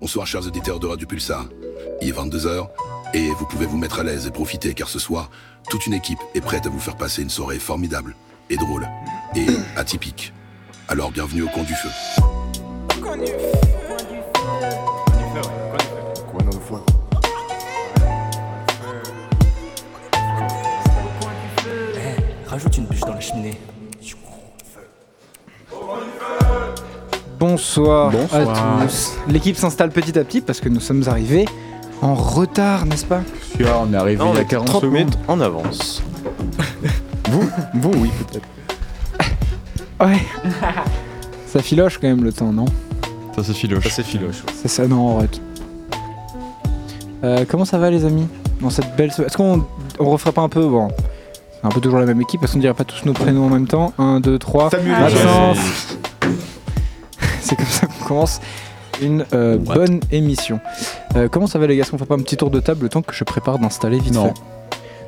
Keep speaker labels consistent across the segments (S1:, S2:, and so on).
S1: Bonsoir chers auditeurs de Radio Pulsar. Il est 22h et vous pouvez vous mettre à l'aise et profiter car ce soir, toute une équipe est prête à vous faire passer une soirée formidable et drôle et atypique. Alors bienvenue au Coin du Feu.
S2: Rajoute une bûche dans la cheminée.
S3: Bonsoir,
S4: Bonsoir.
S3: à tous. L'équipe s'installe petit à petit parce que nous sommes arrivés en retard, n'est-ce pas
S4: Tu vois, on est arrivé
S5: Non,
S4: il y
S5: on
S4: a
S5: est
S4: 40
S5: 30
S4: secondes.
S5: minutes en avance.
S4: Vous, oui, peut-être.
S3: Ouais. Ça filoche quand même le temps, non
S6: Ça c'est filoche.
S5: Ça, c'est filoche.
S3: C'est ça, non, arrête. Euh, comment ça va les amis Dans cette belle soirée. Est-ce qu'on on referait pas un peu Bon, c'est un peu toujours la même équipe parce qu'on dirait pas tous nos prénoms en même temps. 1, 2, 3.
S4: Samuel
S5: Ah,
S4: Jackson.
S3: Absence C'est comme ça qu'on commence une euh, bonne émission. Euh, comment ça va les gars Est-ce qu'on fait pas un petit tour de table le temps que je prépare d'installer vite
S4: Non.
S3: fait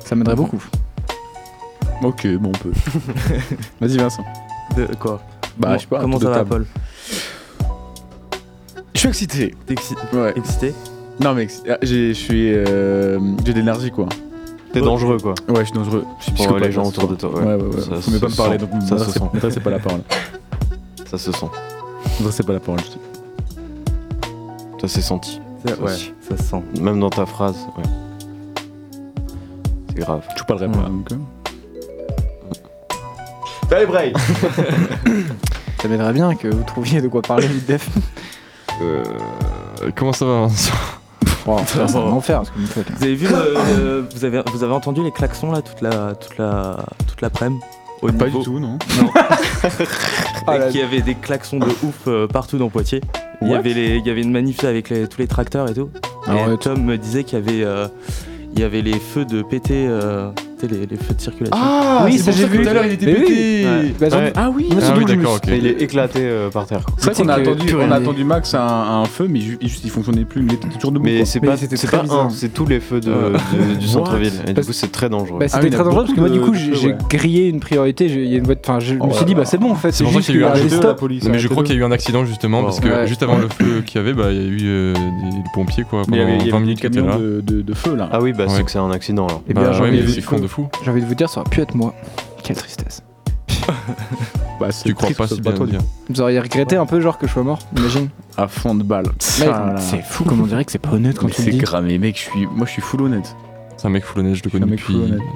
S3: Ça m'aiderait beaucoup.
S4: Ok, bon, on peut. Vas-y, Vincent.
S5: De quoi
S4: Bah, je sais pas, un
S5: Comment
S4: tour
S5: ça
S4: de
S5: va, Paul
S4: table. Je suis excité.
S5: T'es exci-
S4: Ouais.
S5: excité
S4: Non, mais ex- ah, j'ai- je suis. euh, J'ai de l'énergie, quoi.
S5: T'es dangereux, quoi.
S4: Ouais, je suis dangereux. Je suis
S5: Pour les gens
S4: psychopathe,
S5: autour
S4: hein.
S5: de toi.
S4: Ouais, ouais, ouais.
S5: Ça
S4: Faut mieux
S5: se
S4: pas me parler,
S5: sent.
S4: donc
S5: Ça se
S4: m'adressez-
S5: sent.
S4: m'adressez pas la parole.
S5: Ça se sent.
S4: M'adressez pas la parole, je dis.
S5: Ça s'est senti. Ça
S4: Ouais.
S5: aussi. Ça se sent. Même dans ta phrase. ouais. C'est grave.
S4: Je parlerai pas. donc, euh.
S5: Salut, Bray
S3: Ça m'aiderait bien que vous trouviez de quoi parler vite def.
S6: Euh, comment ça va Vincent
S3: Oh, frère, c'est un enfer ce que vous faites. hein. là.
S5: Vous avez vu euh, le- le- vous, avez, vous avez entendu les klaxons, là, toute la toute la, toute l'après-midi au
S4: Pas
S5: niveau-
S4: du tout, non
S3: Ah,
S5: et
S3: là-
S5: qu'il y avait des klaxons de ouf euh, partout dans Poitiers. Il y
S4: What
S5: avait les, il y avait une manif avec les- tous les tracteurs et tout.
S3: Ah
S5: et
S3: ouais,
S5: Tom me disait qu'il y avait, euh, il y avait les feux de PT, euh, tu sais, les, les feux de circulation.
S4: Ah
S3: Oui, ça,
S4: c'est pour
S3: j'ai
S4: que
S3: vu.
S4: Tout à l'heure, il était
S3: Mais oui.
S4: pété.
S3: Bah, sans doute-
S4: Ah oui.
S3: Mais sans
S6: Ah oui,
S3: doute, je me
S6: d'accord,
S3: suis-
S6: ok.
S5: il est éclaté
S7: euh,
S5: par terre.
S4: C'est vrai qu'on a
S3: que-
S4: attendu,
S3: purée,
S4: on a
S3: mais-
S4: attendu Max à un, à un feu, mais ju- juste il fonctionnait plus, il était toujours debout.
S7: Mais
S4: quoi.
S7: c'est
S3: Mais
S7: pas,
S3: c'était
S7: c'est
S3: très
S7: pas
S3: bizarre.
S7: un, c'est tous les feux de,
S4: Euh.
S7: de- du centre-ville. Et du
S3: Parce-
S7: coup, c'est très dangereux.
S3: Bah,
S4: Ah
S3: c'était
S4: oui, il y
S3: très
S4: a
S3: dangereux parce que moi du
S4: beaucoup
S3: coup
S4: de-
S3: j'ai
S4: de-
S3: j'ai
S4: ouais.
S3: grillé une priorité, j'ai- il y a une voie- enfin je je
S4: Oh
S3: me suis
S4: là
S3: dit
S4: là.
S3: bah c'est bon en fait,
S6: C'est pour ça
S3: juste
S6: qu'il y a
S3: qu'il
S6: eu un
S3: y a des
S6: jeu,
S7: de la
S3: stops.
S7: police.
S6: Non
S4: hein.
S6: mais je crois qu'il y a eu un accident justement parce que
S3: Ouais.
S6: juste avant le feu qu'il y avait, bah il y a eu euh, des- le pompier quoi
S4: Mais
S6: pendant
S4: il y avait, il y
S6: 20
S4: avait
S6: minutes qui était
S4: camion
S6: là.
S4: de, de- de feu là.
S7: Ah oui, bah
S6: Ouais.
S7: c'est que c'est un accident alors.
S3: Eh bien
S6: Bah
S3: j'ai
S6: ouais,
S3: envie
S6: mais
S3: de-
S6: c'est con de fou.
S3: j'ai envie de vous dire ça aurait pu être moi. Quelle tristesse.
S4: Bah, c'est
S6: Tu crois
S4: triste,
S6: pas
S4: ça,
S6: si bien
S4: toi,
S6: dire.
S3: Vous auriez regretté un peu genre que je sois mort, imagine.
S4: À fond de balle.
S3: Mec,
S4: Ah là là.
S3: C'est fou comme on dirait que c'est pas honnête quand
S4: Mais
S3: tu le
S4: c'est
S3: dis.
S4: grave, mais mec, je suis, moi je suis full honnête.
S6: C'est un mec full honnête, je le
S4: Je suis un
S6: connais
S4: mec
S6: depuis.
S4: full honnête.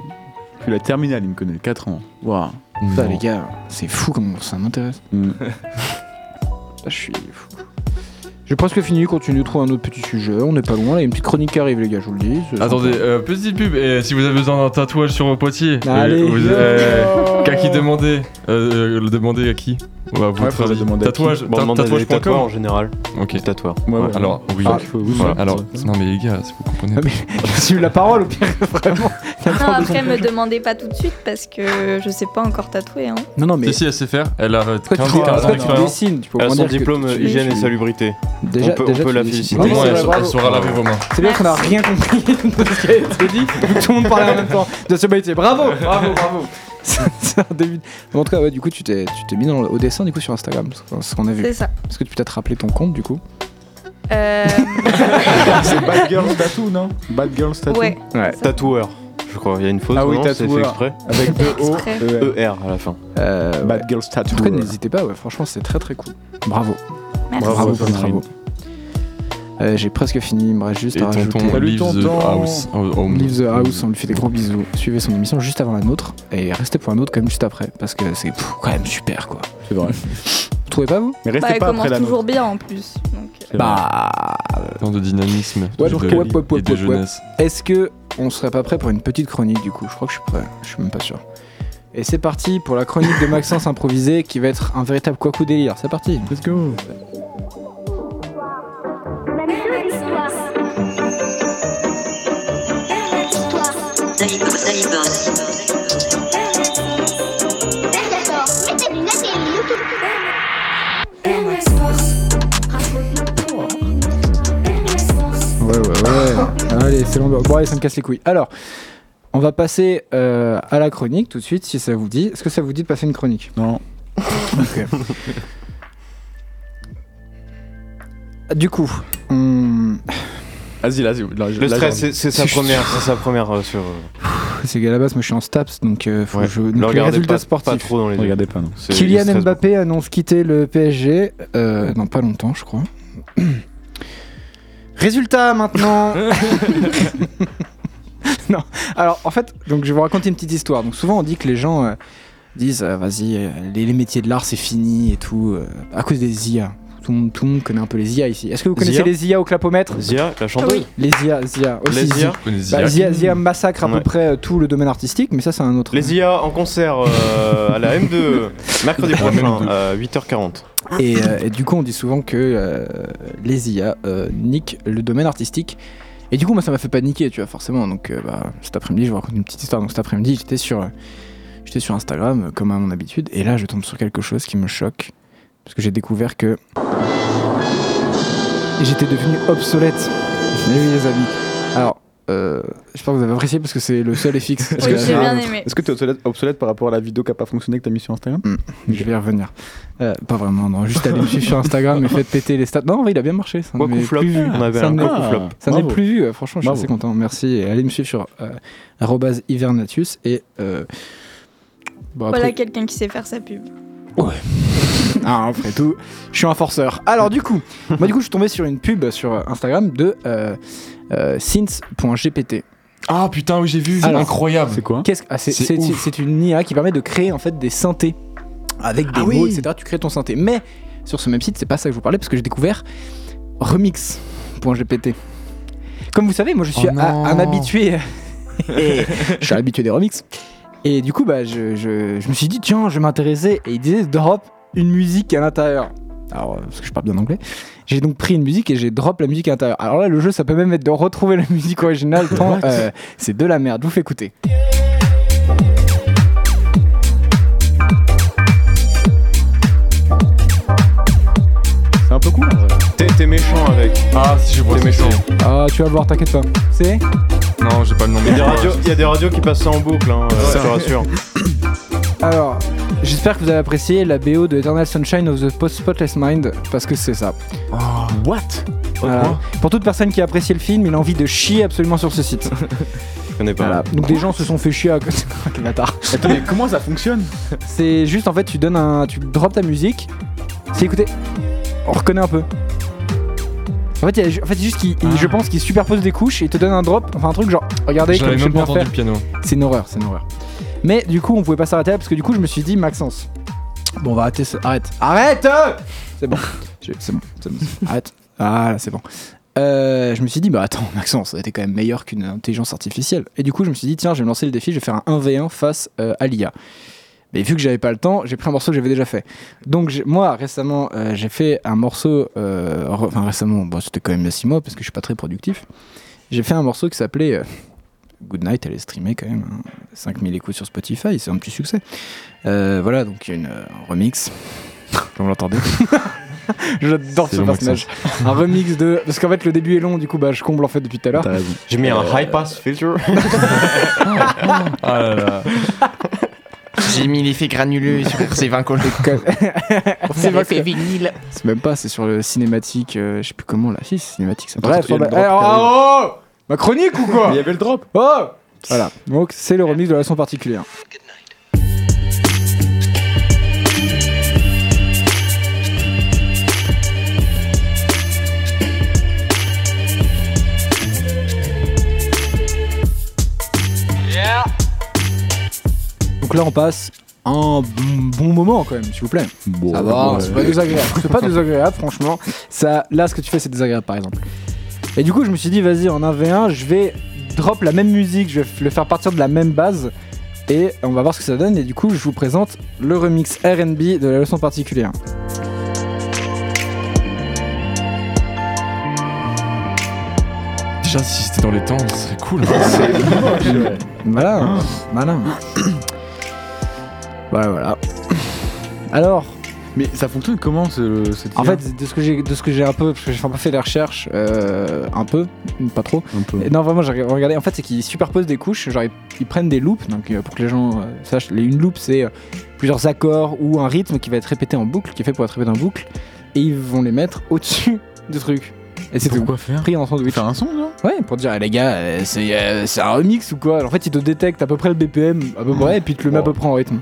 S4: Depuis la terminale, il me connaît, 4 ans. Waouh.
S3: Putain,
S6: Non.
S3: les gars, hein. c'est fou comme ça m'intéresse.
S4: Mm.
S3: Là, Ah, je suis fou. J'ai presque fini, continue de trouver un autre petit sujet. On n'est pas loin, là, il y a une petite chronique qui arrive, les gars, je vous le dis. C'est
S6: Attendez,
S3: sympa.
S6: euh, petite pub, et si vous avez besoin d'un tatouage sur vos potiers,
S3: Allez,
S6: vous,
S3: yo
S6: euh, qu'à qui demander Euh, euh, Le demander à qui Ouais, vous
S4: faudrait demander à qui.
S6: Tatouage,
S7: Bon, on
S6: ta-
S7: demande à des
S6: tatouage.com.
S7: tatoueurs en général.
S6: Ok.
S7: Des tatoueurs.
S4: Ouais, ouais.
S6: Alors, oui.
S4: Ah, il faut- oui,
S6: Voilà,
S4: ça,
S6: alors,
S4: ça.
S6: non mais les gars, si vous comprenez.
S3: Ah, mais- J'ai eu la parole, au pire, vraiment. La
S8: Non,
S3: parole de
S8: après,
S3: son-
S8: me demandez pas tout de suite parce que je sais pas encore tatouer. Hein.
S3: Non, non, mais.
S6: Si, si, elle sait faire, elle a 15
S3: Toi, tu,
S6: 15
S3: fais-
S6: ans
S3: toi, tu
S6: d'expérience.
S3: dessines, tu peux
S7: Elle
S3: au
S7: a
S3: moins
S7: Euh, son
S3: dire que
S7: diplôme
S3: tu-
S7: hygiène et salubrité.
S3: Déjà,
S7: On peut- on
S3: déjà,
S7: peut
S3: tu
S7: la
S3: dessines.
S7: féliciter.
S6: Au
S3: Oui,
S6: moins,
S3: Hein, c'est
S6: elle,
S3: vrai, bravo.
S6: elle saura laver vos mains.
S3: C'est bien qu'on a rien compris de ce qui a été dit, vu que tout le monde parlait en même temps de ce métier. Bravo, bravo, bravo. C'est c'est un début. de- En tout cas, ouais, du coup, tu t'es tu t'es mis dans le- au dessin du coup sur Instagram, c'est ce qu'on
S4: Mm.
S3: a vu.
S8: C'est ça.
S3: Est-ce que tu peux peut-être rappeler ton compte du coup
S8: Euh,
S4: C'est Bad Girls Tattoo, non Bad Girls Tattoo
S8: ouais.
S3: Ouais.
S7: Tatoueur. Je crois, il y a une faute.
S4: Ah oui,
S7: non C'est fait
S4: tatoueur.
S7: exprès.
S4: Avec deux O,
S8: Exprès.
S4: E,
S7: ER à la fin.
S3: Euh, ouais.
S4: Bad Girls Tattoo.
S3: En tout cas, n'hésitez pas, ouais, franchement, c'est très très cool. Bravo.
S8: Merci.
S4: Bravo.
S8: Bah,
S3: Bravo pour les
S4: Sandrine.
S3: travaux. Euh, J'ai presque fini, il me reste juste
S6: Et
S3: à rajouter.
S6: tonton
S4: Salut,
S6: leave the
S4: tonton.
S6: house. Oh, oh,
S3: Leave the House, hein. on lui fait des gros bisous. Suivez son émission juste avant la nôtre et restez pour un autre quand même juste après parce que c'est pff, quand même super quoi.
S4: C'est vrai.
S3: Vous trouvez pas vous
S4: Mais
S8: Bah,
S4: restez
S8: elle
S4: pas après
S8: commence
S4: la
S8: toujours
S4: nôtre.
S8: bien en plus. Donc, euh,
S4: C'est vrai.
S3: Bah,
S6: Tant de dynamisme
S3: Ouais,
S6: et de,
S3: ouais, ouais, ouais,
S6: et de
S3: ouais, ouais.
S6: jeunesse.
S3: est-ce que on serait pas prêt pour une petite chronique du coup Je crois que je suis prêt, je suis même pas sûr. Et c'est parti pour la chronique de Maxence improvisée qui va être un véritable coucou délire. C'est parti.
S4: Let's go.
S3: Ouais, ouais, ouais. allez, c'est l'ambiance. Bon, allez, ça me casse les couilles. Alors, on va passer euh, à la chronique tout de suite, si ça vous dit. Est-ce que ça vous dit de passer une chronique
S4: Non.
S3: Du coup, on,
S4: Vas-y, là, c'est- là,
S7: Le
S4: là,
S7: stress,
S4: j'en ai.
S7: c'est c'est sa première, c'est sa première euh, sur.
S3: C'est Galabas, moi je suis en STAPS, donc euh, faut
S7: Ouais.
S3: que je.
S7: Le
S3: Donc, les
S7: regardez
S3: résultats
S7: pas, pas
S3: sportifs.
S7: trop dans les yeux.
S4: Regardez pas, non.
S7: C'est- il
S3: Kylian
S7: stresse
S3: Mbappé annonce quitter le PSG euh, dans pas longtemps, je crois. Résultat maintenant Non, alors en fait, donc, je vais vous raconter une petite histoire. Donc, souvent on dit que les gens euh, disent euh, vas-y, euh, les, les métiers de l'art c'est fini et tout, euh, à cause des IA. Tout le, monde, tout le monde connaît un peu les IA ici. Est-ce que vous connaissez
S7: Zia
S3: les IA au clapomètre
S7: beaucoup. Zia, la chanteuse.
S8: Oui.
S3: Les IA, Zia. Aussi,
S7: Les
S3: Zia.
S7: IA.
S6: connais
S3: Bah,
S6: Zia.
S3: Zia, Zia massacre à peu
S7: Ouais.
S3: près euh, tout le domaine artistique, mais ça c'est un autre.
S7: Les IA en concert euh, à la M2 mercredi prochain à 8h40.
S3: Et, euh, et du coup, on dit souvent que euh, les IA euh, niquent le domaine artistique. Et du coup, moi, ça m'a fait paniquer, tu vois, forcément. Donc, euh, bah, cet après-midi, je vous raconte une petite histoire. Donc, cet après-midi, j'étais sur, euh, j'étais sur Instagram, euh, comme à mon habitude. Et là, je tombe sur quelque chose qui me choque. Parce que j'ai découvert que. J'étais devenu obsolète. Eh oui, les amis. Alors, euh, j'espère que vous avez apprécié parce que c'est le seul et fixe.
S8: Oui, j'ai bien aimé.
S4: Est-ce que t'es obsolète, obsolète par rapport à la vidéo qui a pas fonctionné que t'as mis sur Instagram
S3: Je vais y revenir. Euh, pas vraiment, non. Juste allez me suivre sur Instagram et faites péter les stats. Non, en vrai, il a bien marché. Ça
S7: Waku flop. On avait
S3: ça
S7: un
S3: me-
S7: Waku flop.
S3: Ça n'est
S4: Bravo.
S3: plus vu, euh, franchement, je suis
S4: Bravo.
S3: assez content. Merci. Et allez me suivre sur euh, arobase hivernatius et. euh, bon, après-
S8: Voilà quelqu'un qui sait faire sa pub.
S3: Ah, après tout, je suis un forceur. Alors, du coup, moi, du coup, je suis tombé sur une pub sur euh, Instagram de euh, euh, synths.gpt.
S6: Ah putain, oui, j'ai vu.
S3: Alors,
S6: Incroyable.
S4: C'est quoi
S3: Qu'est-ce que- ah, c'est-
S6: C'est
S3: c'est
S6: ouf.
S3: c'est une IA qui permet de créer en fait des synthés avec des
S4: Ah
S3: mots,
S4: oui.
S3: etc. Tu crées ton synthé. Mais sur ce même site, c'est pas ça que je vous parlais parce que j'ai découvert remix.gpt. Comme vous savez, moi je suis
S6: Oh
S3: a-
S6: non.
S3: un habitué. Et je suis un habitué des remix. Et du coup, bah, je, je- je me suis dit, tiens, je vais m'intéresser. Et il disait, drop une musique à l'intérieur. Alors, euh, parce que je parle bien anglais. J'ai donc pris une musique et j'ai drop la musique à l'intérieur. Alors là, le jeu, ça peut même être de retrouver la musique originale tant euh, c'est de la merde. Je vous fais écouter.
S4: C'est un peu cool. en vrai.
S7: T'es t'es méchant avec.
S6: Ah, si je vois
S7: T'es
S6: ce que
S7: méchant.
S6: c'est.
S3: Ah, tu vas voir, t'inquiète pas. C'est
S6: Non, j'ai pas le nom.
S7: Il y a des radios- il y a des radios qui passent ça en boucle, hein, euh, je te rassure.
S3: Alors, j'espère que vous avez apprécié la BO de Eternal Sunshine of the Post Spotless Mind, parce que c'est ça.
S4: what
S3: Voilà. Pour toute personne qui a apprécié le film, il a envie de chier absolument sur ce site.
S7: Je connais pas.
S3: Voilà. Donc des gens se sont fait chier à Quel bâtard.
S4: Attends, mais comment ça fonctionne
S3: C'est juste en fait, tu donnes un. Tu drops ta musique. C'est écoutez. On reconnaît un peu. En fait, il y a ju- en fait c'est juste qu'il, il- je pense qu'il superpose des couches et il te donne un drop, enfin un truc genre, regardez
S6: J'avais
S3: comme je sais
S6: même
S3: bien
S6: pas entendu
S3: faire.
S6: le piano.
S3: C'est une horreur, c'est une horreur. Mais du coup, on pouvait pas s'arrêter là parce que du coup, je me suis dit, Maxence, bon, on va arrêter. ce- Arrête, arrête C'est bon, J'ai- c'est bon, c'est bon, c'est bon. arrête. Ah là, c'est bon. Euh, je me suis dit, bah attends, Maxence, t'es quand même meilleur qu'une intelligence artificielle. Et du coup, je me suis dit, tiens, je vais me lancer le défi, je vais faire un 1v1 face euh, à l'IA. Mais vu que j'avais pas le temps, j'ai pris un morceau que j'avais déjà fait. Donc j'ai- moi, récemment, euh, j'ai fait un morceau, euh, re- enfin récemment, bon, c'était quand même il y a 6 mois parce que je suis pas très productif. J'ai fait un morceau qui s'appelait euh, Good Night, elle est streamée quand même. hein. 5000 écoutes sur Spotify, c'est un petit succès. Euh, voilà, donc il y a une, euh, un remix. Vous l'entendez J'adore
S6: C'est
S3: ce
S6: le
S3: personnage. Un remix de. Parce qu'en fait, le début est long, du coup, bah, je comble en fait depuis tout à l'heure.
S4: T'as raison.
S7: J'ai mis un high pass filter.
S6: Ah là là.
S9: J'ai mis l'effet granuleux sur ces 20 colons.
S3: C'est vrai
S9: l'effet
S3: que-
S9: vinyle.
S3: C'est même pas, c'est sur le cinématique, euh, je sais plus comment là. Si, c'est cinématique, ça.
S4: Bref,
S3: Bref,
S4: il y a
S3: bah-
S4: le drop
S3: eh,
S4: qui arrive.
S3: oh, oh, Ma chronique ou quoi
S4: Il y avait le drop.
S3: Oh Voilà, donc c'est le remix de la son particulière. Donc là on passe un bon, bon moment quand même, s'il vous plaît.
S4: Bon,
S3: Ça va,
S4: ouais.
S3: c'est pas désagréable. Oh, C'est pas désagréable, franchement. Ça, là, ce que tu fais, c'est désagréable, par exemple. Et du coup, je me suis dit, vas-y, en 1v1, je vais drop la même musique, je vais f- le faire partir de la même base. Et on va voir ce que ça donne. Et du coup, je vous présente le remix RB de la leçon particulière.
S6: Déjà, si c'était dans les temps, c'est cool.
S3: Malin, malin. voilà, voilà. Alors,
S4: Mais ça fonctionne comment ce, cette
S3: en
S4: IA
S3: fait, de ce que j'ai, de ce que j'ai un peu, parce que j'ai enfin, pas fait des recherches, euh, un peu, pas trop.
S4: un peu.
S3: Et Non, vraiment, j'ai regardé. En fait, c'est qu'ils superposent des couches. Genre, ils, ils prennent des loops. Donc, euh, pour que les gens euh, sachent, les- une loop, c'est euh, plusieurs accords ou un rythme qui va être répété en boucle, qui est fait pour être répété en boucle. Et ils vont les mettre au-dessus du truc. Et c'était
S4: Pourquoi faire
S3: pris en sandwich.
S4: Faire un son, genre
S3: Ouais, pour dire, eh, les gars, euh, c'est euh, c'est un remix ou quoi En fait, il te détecte à peu près le BPM, à
S6: Mmh.
S3: peu près, et puis il te le met à peu près en rythme.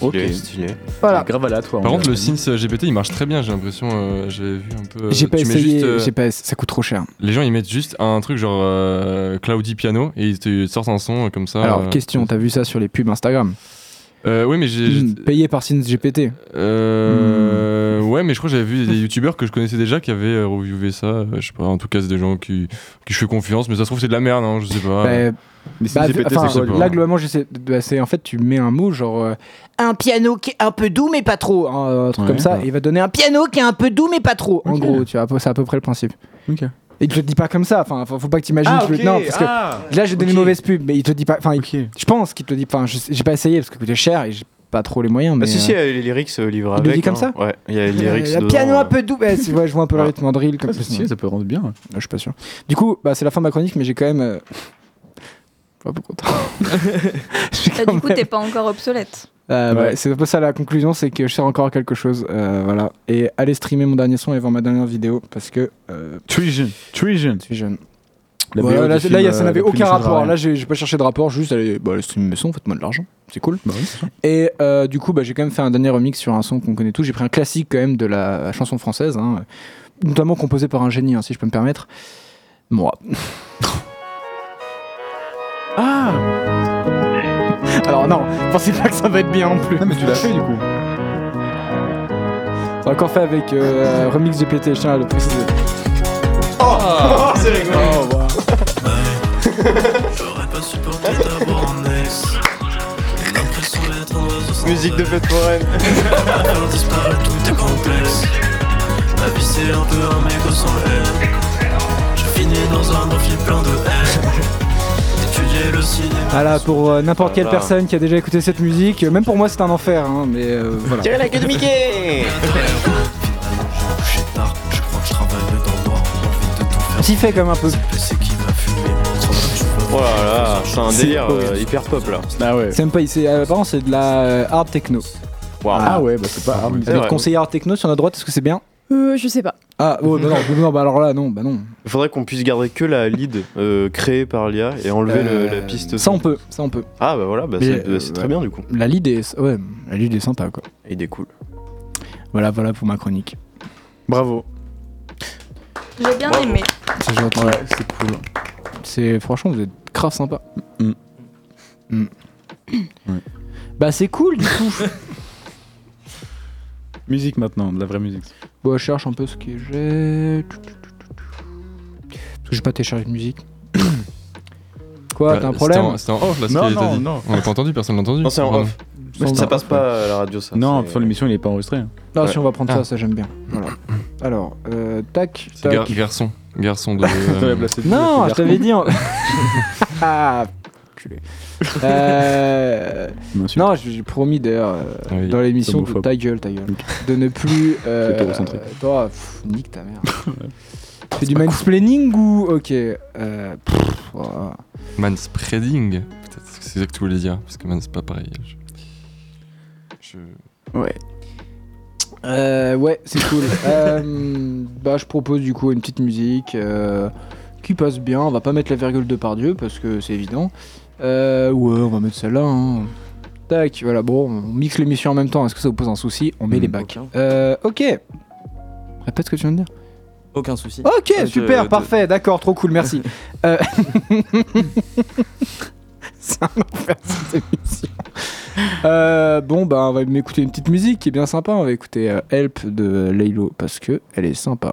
S4: Ok.
S7: Stylé, stylé.
S3: Voilà.
S4: Grave à la toi.
S6: Par contre, le Sims euh, GPT, il marche très bien, j'ai l'impression. euh, J'avais vu un peu. euh,
S3: J'ai pas
S6: tu mets juste,
S3: essayé,
S6: euh,
S3: j'ai pas, ça coûte trop cher.
S6: les gens, ils mettent juste un truc genre euh, Cloudy Piano et ils te ils te sortent un son euh, comme ça.
S3: Alors,
S6: euh.
S3: question, t'as vu ça sur les pubs Instagram
S6: Euh, Oui, mais j'ai. j'ai-
S3: Hmm, Payé par Sims GPT.
S6: Euh, Ouais, mais je crois que j'avais vu des youtubeurs que je connaissais déjà qui avaient euh, reviewé ça. euh, je sais pas, en tout cas, c'est des gens qui, qui je fais confiance, mais ça se trouve, c'est de la merde, hein, je sais pas.
S3: Bah,
S4: Mais
S3: Bah,
S4: GPT,
S3: enfin,
S4: c'est quoi
S3: là, globalement, j'essaie. bah, c'est en fait, tu mets un mot genre euh, un piano qui est un peu doux mais pas trop, hein, un truc
S4: Ouais.
S3: comme ça. Et il va donner un piano qui est un peu doux mais pas trop. En
S4: Ok.
S3: gros, tu vois, c'est à peu près le principe.
S4: Ok.
S3: Et il te le dit pas comme ça. Enfin, faut faut pas que tu imagines.
S4: Ah,
S3: que le-
S4: ok,
S3: Non, parce que
S4: ah,
S3: là, j'ai donné
S4: ok.
S3: une mauvaise pub, mais il te dit pas. Enfin, il-
S4: ok.
S3: je pense qu'il te le dit. Enfin, je sais- j'ai pas essayé parce que coûtait cher et j'ai pas trop les moyens. Mais
S7: Bah, si,
S3: euh,
S7: si, il y a les lyrics euh, livrés
S3: il
S7: avec.
S3: le dit comme
S7: hein.
S3: ça
S7: Ouais, il y a les lyrics.
S3: euh, un
S7: dedans,
S3: piano un
S7: euh.
S3: peu doux. Bah, c'est- ouais, je vois un peu le
S7: Ouais.
S3: rythme en drill comme
S4: Ah,
S3: ça. hein.
S4: c'est stylé, ça peut rendre bien.
S3: Ouais, Je suis pas sûr. Du coup, bah, c'est la fin de ma chronique, mais j'ai quand même. euh, pas beaucoup content. J'ai
S8: Bah,
S3: quand
S8: du coup,
S3: même-
S8: t'es pas encore obsolète.
S3: Euh, bah,
S4: Ouais.
S3: C'est un peu ça la conclusion, c'est que je sers encore quelque chose. euh, voilà. Et allez streamer mon dernier son et voir ma dernière vidéo parce que euh,
S4: Treason. Treason.
S3: je suis jeune. Voilà, là, là,
S4: euh,
S3: il y a- ça n'avait aucun rapport. Là, j'ai j'ai pas cherché de rapport, juste allez, bah, allez streamer mes sons, faites-moi de l'argent. C'est cool.
S4: Bah
S3: Et euh, du coup, bah, j'ai quand même fait un dernier remix sur un son qu'on connaît tous. J'ai pris un classique quand même de la chanson française, hein, euh, notamment composé par un génie, hein, si je peux me permettre. Moi.
S4: Ah
S3: Alors non, pensez pas que ça va être bien en plus.
S4: Non, mais tu l'as fait du coup.
S3: C'est encore fait avec euh, remix GPT, je tiens à le préciser.
S7: Oh, c'est rigolo. Musique de fête foraine.
S3: Voilà, pour euh, n'importe quelle
S7: Voilà.
S3: personne qui a déjà écouté cette musique, euh, même pour moi c'est un enfer, hein, mais euh, voilà.
S9: Tirez la queue de Mickey
S3: J'y fais comme un peu.
S7: Oh là là, c'est un délire euh, hyper pop là.
S4: Ah ouais.
S3: C'est même pas ici. apparemment, c'est de la euh, hard techno.
S7: Waouh.
S4: Ah ouais, bah c'est pas grave.
S7: C'est
S3: Vous
S7: vrai.
S3: êtes conseiller hard techno sur la droite, est-ce que c'est bien
S10: Euh, je sais pas.
S3: Ah, oh, bah non, non, bah alors là, non, bah non.
S7: Il faudrait qu'on puisse garder que la lead euh, créée par l'IA et enlever
S3: Euh,
S7: le- la piste.
S3: Ça, on peut, ça, on peut.
S7: Ah bah voilà, bah,
S3: Mais,
S7: c'est
S3: euh,
S7: c'est
S3: ouais.
S7: très bien du coup.
S3: La lead est, ouais, la lead est sympa, quoi.
S7: Il est cool.
S3: Voilà, voilà pour ma chronique.
S4: Bravo.
S8: J'ai bien aimé.
S3: Ça, j'ai entendu.
S4: Ouais, c'est cool.
S3: C'est franchement, vous êtes grave sympa.
S4: Mm.
S3: Mm.
S4: Ouais.
S3: Bah c'est cool du coup.
S4: Musique maintenant, de la vraie musique.
S3: bon, je cherche un peu ce que j'ai. Parce que j'ai pas téléchargé de musique. Quoi,
S6: Bah,
S3: t'as un
S6: c'était
S3: problème
S6: en- C'était en off là, ce
S4: Non,
S6: qu'elle t'a
S4: non,
S6: dit.
S4: non.
S6: On l'a pas entendu, personne l'a entendu.
S7: Non, c'est en
S6: Pardon.
S7: off.
S3: Sans-
S7: ça passe pas à la radio ça.
S4: Non,
S7: c'est-
S4: sur l'émission, il est pas enregistré.
S3: Non,
S7: Ouais.
S3: si on va prendre
S4: Ah.
S3: ça, ça j'aime bien. Voilà. Alors, euh, tac,
S6: C'est gar-
S3: tac.
S6: garçon. Garçon de. euh,
S4: Attends, la place est-
S3: Non,
S4: la place est
S3: je t'avais dit. en- ah, enculé. Euh,
S4: garçon. Bien sûr.
S3: non, j'ai j'ai promis d'ailleurs euh,
S6: oui.
S3: dans l'émission de
S4: homophobe.
S3: ta gueule, ta gueule, de ne plus. Euh,
S4: Hétérocentrique.
S3: euh, toi, pff, nique ta mère. C'est du mansplaining ou ok. euh, pff, voilà.
S6: Manspreading Peut-être que c'est ça que tu voulais dire, parce que man, c'est pas pareil. Je...
S3: Euh, ouais, c'est cool. Euh, bah, je propose du coup une petite musique euh, qui passe bien. On va pas mettre la virgule de par Dieu parce que c'est évident. Euh, ouais, on va mettre celle-là. hein. Tac, voilà. Bon, on mixe l'émission en même temps. Est-ce que ça vous pose un souci On met
S4: Hmm,
S3: les bacs.
S5: aucun.
S3: Euh, ok. Répète ce que tu viens de dire.
S5: Aucun souci.
S4: Oh
S3: Ok,
S4: Ah,
S5: Euh, de-
S3: super,
S5: de-
S3: parfait, d'accord, trop cool, merci. Euh, C'est un enfer cette émission. Euh, bon, bah, on va m'écouter une petite musique qui est bien sympa. On va écouter euh, Help de Laylo parce que elle est sympa.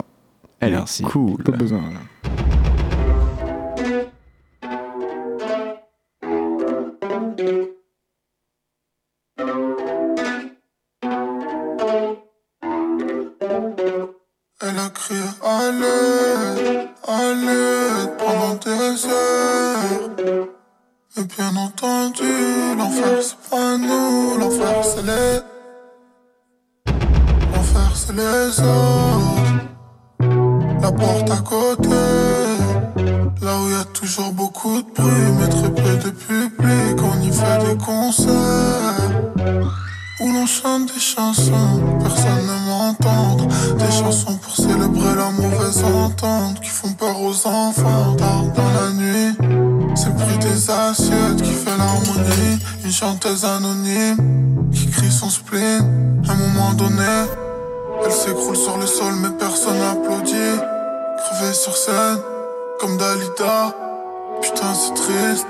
S4: Elle
S3: Merci.
S4: est cool.
S3: Pas besoin. voilà.
S11: Elle a crié à l'aide, à l'aide pendant des heures. Et bien entendu, l'enfer c'est pas nous, l'enfer c'est les. L'enfer c'est les autres. La porte à côté, là où y a toujours beaucoup de bruit, mais très peu de public, on y fait des concerts où l'on chante des chansons, personne ne m'entend. Des chansons pour célébrer la mauvaise importantes qui font peur aux enfants tard dans la nuit. C'est pris des assiettes qui fait l'harmonie. Une chanteuse anonyme qui crie son spleen. À un moment donné, elle s'écroule sur le sol, mais personne n'applaudit. Crevée sur scène, comme Dalida. Putain, c'est triste.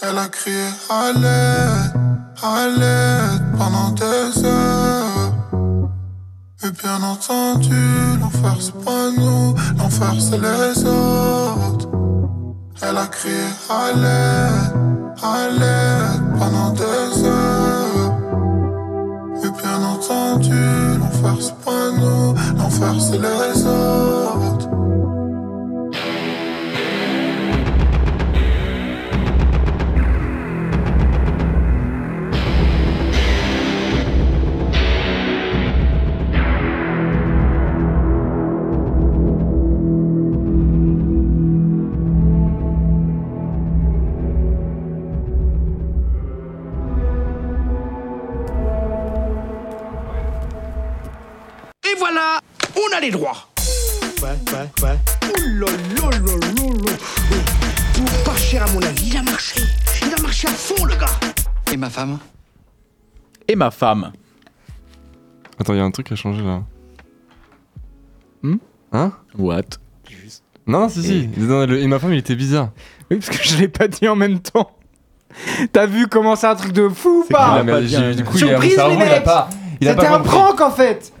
S11: Elle a crié à l'aide, à l'aide pendant des heures. Mais bien entendu, l'enfer c'est pas nous, l'enfer c'est les autres. Elle a crié à l'aide, à l'aide pendant des heures. Mais bien entendu, l'enfer c'est pas nous, l'enfer c'est les autres.
S10: Et voilà, on a les droits. Ouais, ouais, ouais. Pour pas cher à mon avis, il a marché. Il a marché à fond, le gars.
S9: Et ma femme
S4: Et ma femme. Attends, il y a un truc qui a changé là.
S3: Hmm
S4: Hein What Non, non, si, si. Non, le- et ma femme, il était bizarre.
S3: Oui, parce que je l'ai pas dit en même temps. T'as vu comment c'est un truc de fou ou
S6: C'est qu'il
S3: Ah, pas
S6: a pas bien, hein.
S3: Surprise,
S6: Surprise,
S3: les
S6: les mecs
S3: mecs
S6: Il a
S3: C'était
S6: pas
S3: un
S6: compris.
S3: prank en fait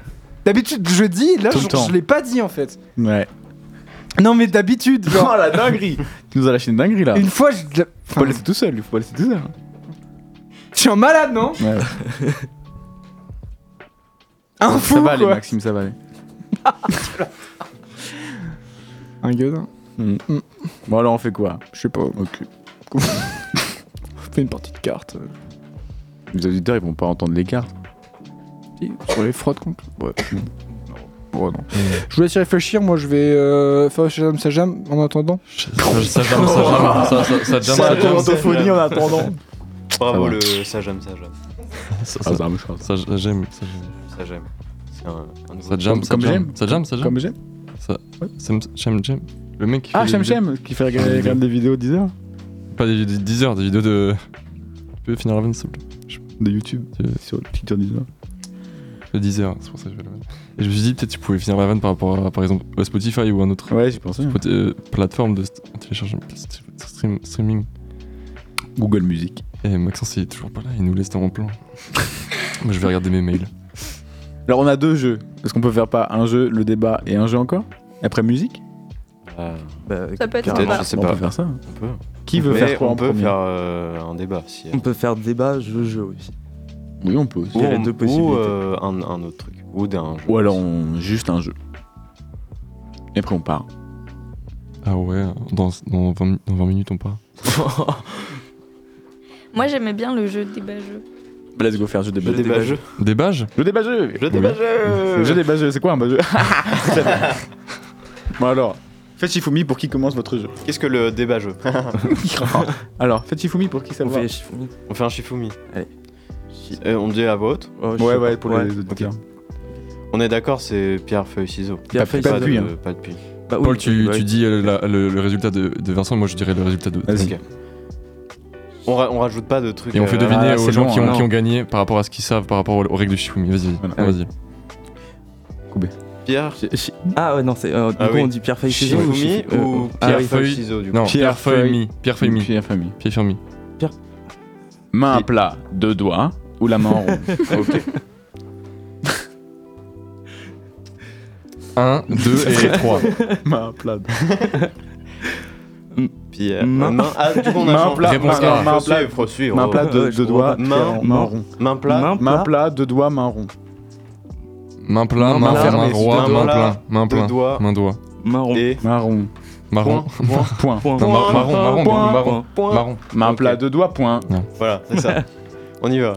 S3: D'habitude, je dis, là,
S4: Tout le
S3: je,
S4: temps.
S3: je l'ai pas dit en fait.
S4: Ouais.
S3: Non, mais d'habitude, genre.
S4: Oh la dinguerie Tu nous as lâché une dinguerie là.
S3: Une fois, je.
S4: Faut pas le laisser tout seul, il faut pas le laisser tout seul.
S3: Je suis un malade, non
S4: Ouais, ouais.
S3: Un
S4: ça,
S3: fou,
S4: va aller,
S3: quoi.
S4: Maxime, ça va aller.
S3: Un gueudin.
S4: Mm. Bon, alors on fait quoi Je sais pas. Ok.
S3: On fait une partie de cartes.
S4: Les auditeurs, ils vont pas entendre les cartes.
S3: Sur les fraudes contre.
S4: Ouais.
S3: Oh non. Je vous laisse y réfléchir, moi je vais euh, faire Shazam Sajam en attendant.
S6: ça jam, ça jam, ça- ça- ça jam, ça jam.
S7: l'orthophonie en attendant.
S6: Ça
S7: Bravo,
S6: va.
S7: le ça j'aime, ça j'aime.
S6: Ça,
S4: Ah,
S6: ça-
S4: c'est un
S6: ça- ça j'aime, ça j'aime.
S7: Ça j'aime. C'est un, un nouveau-
S6: Ça jam, ça
S4: Comme
S6: jam.
S4: j'aime.
S6: Ça jam, ça jam.
S4: Comme j'aime.
S6: Ça- Sam- Sham Jam. Le mec qui
S4: Ah,
S6: fait des
S4: Shem
S6: vidéos-
S4: Shem, qui fait regarder regarde des vidéos 10 heures
S6: Pas des vidéos de 10 heures, des vidéos de. Tu peux finir la vanne, s'il te plaît
S4: de YouTube
S6: Euh,
S4: sur Twitter 10 heures.
S6: De 10 heures, c'est pour ça que je vais la vanne. Et je me suis dit, peut-être tu pouvais finir la vanne par rapport à, par exemple, à Spotify ou à un autre
S4: Ouais, j'ai
S3: hein.
S4: pensé.
S6: pot- euh, plateforme de st- téléchargement, de stream- streaming.
S4: Google Music.
S6: Et Maxence, il est toujours pas là, il nous laisse dans mon plan. Moi, je vais regarder mes mails.
S4: Alors on a deux jeux. Est-ce qu'on peut faire pas un jeu, le débat et un jeu encore Après musique
S5: Bah,
S8: Ça peut être
S7: Peut-être,
S8: sympa.
S7: je sais
S4: On
S7: pas.
S4: peut faire ça.
S7: On peut.
S4: Qui veut
S7: Mais
S4: faire quoi
S7: On
S4: en
S7: peut
S4: premier
S7: faire euh, un débat. Si,
S5: On peut faire débat, jeu-jeu aussi.
S4: Oui, on peut aussi.
S5: Il y a les
S7: Ou-
S5: deux possibilités.
S7: Ou euh, un, un autre truc. Ou d'un jeu.
S4: Ou alors on... juste un jeu. Et après on part.
S6: Ah ouais, dans, dans, 20, mi- dans 20 minutes, on part.
S8: Moi, j'aimais bien le jeu débat-jeu.
S4: Bah, Let's go faire jeu débat.
S7: Jeu débat jeu.
S6: Des badges
S4: Le débat jeu
S7: Jeu débat jeu.
S4: Le jeu débat jeu, c'est quoi un bas jeu Très bien. Bon alors, faites Shifumi pour qui commence votre jeu.
S7: Qu'est-ce que le débat jeu
S4: Alors, faites Shifumi pour qui ça
S5: On
S4: va
S5: fait Shifumi.
S7: On fait un Shifumi.
S5: Allez.
S7: Euh, on dit à vote.
S5: Oh, je sais
S4: Ouais,
S5: pas.
S4: ouais, pour
S5: Ouais.
S4: les auditeurs.
S7: On est d'accord, c'est pierre feuille ciseaux.
S5: Pierre,
S4: Pas-
S5: feuille,
S4: pas
S5: ciseaux.
S4: de puits, hein.
S7: Pas de puits.
S5: Bah oui,
S6: Paul, tu,
S5: bah
S6: tu
S5: oui.
S6: dis euh, la- le, le résultat de, de Vincent, moi je dirais le résultat de.
S4: Vas-y.
S7: Ok. On, ra- on rajoute pas de trucs.
S6: Et on
S7: euh,
S6: fait deviner
S4: Ah,
S6: aux
S4: c'est
S6: gens
S4: bon,
S6: qui, ont,
S4: hein.
S6: qui ont gagné par rapport à ce qu'ils savent, par rapport aux, aux règles du Shifumi. Vas-y,
S4: Voilà.
S6: vas-y.
S7: Pierre,
S5: Ah ouais, non, c'est. euh, du
S7: Ah
S5: coup,
S7: oui.
S5: on dit pierre, feuille, ciseaux.
S7: Shifumi
S5: Shif-
S7: ou
S5: euh, ah
S7: pierre
S5: oui.
S7: feuille
S6: feuille-
S7: ciseaux du coup
S6: Non, Pierre
S4: Pierre Feuille.
S6: Feuille, Pierre Feuille, Mi.
S4: Pierre famille.
S6: Pierre Feuille, Mi.
S4: Main à
S7: Et-
S4: plat, deux doigts ou la main en rond. ok.
S6: 1, 2 et 3.
S4: Main à plat.
S7: Pierre.
S5: Main-
S7: Main. Ah, du coup, on a
S4: Main
S7: changé.
S4: plat,
S6: Réponse
S4: main-
S6: A.
S4: main
S7: Faut
S4: plat,
S7: suivre, faut suivre.
S4: main plat, deux,
S5: je
S4: deux
S5: comprends
S4: doigts,
S5: pas.
S4: main,
S7: Main-
S4: main rond.
S7: Main plat.
S5: Main-
S4: Main
S5: plat.
S4: plat, deux doigts, main rond.
S6: Main
S4: Main
S6: plein, main ferme,
S4: fermée,
S6: main droit,
S7: sous-main
S6: main
S7: plat,
S6: plein, main
S7: deux
S6: plein,
S7: doigts.
S6: main doigt.
S5: Marron.
S7: Et
S4: Main rond.
S6: Marron.
S4: Point. Point.
S5: Point.
S6: Non, mar- marron, marron,
S4: Point.
S6: marron,
S7: Point.
S6: marron.
S4: Main
S7: Ok.
S4: plat, deux doigts, point.
S7: Voilà, c'est ça. on y va.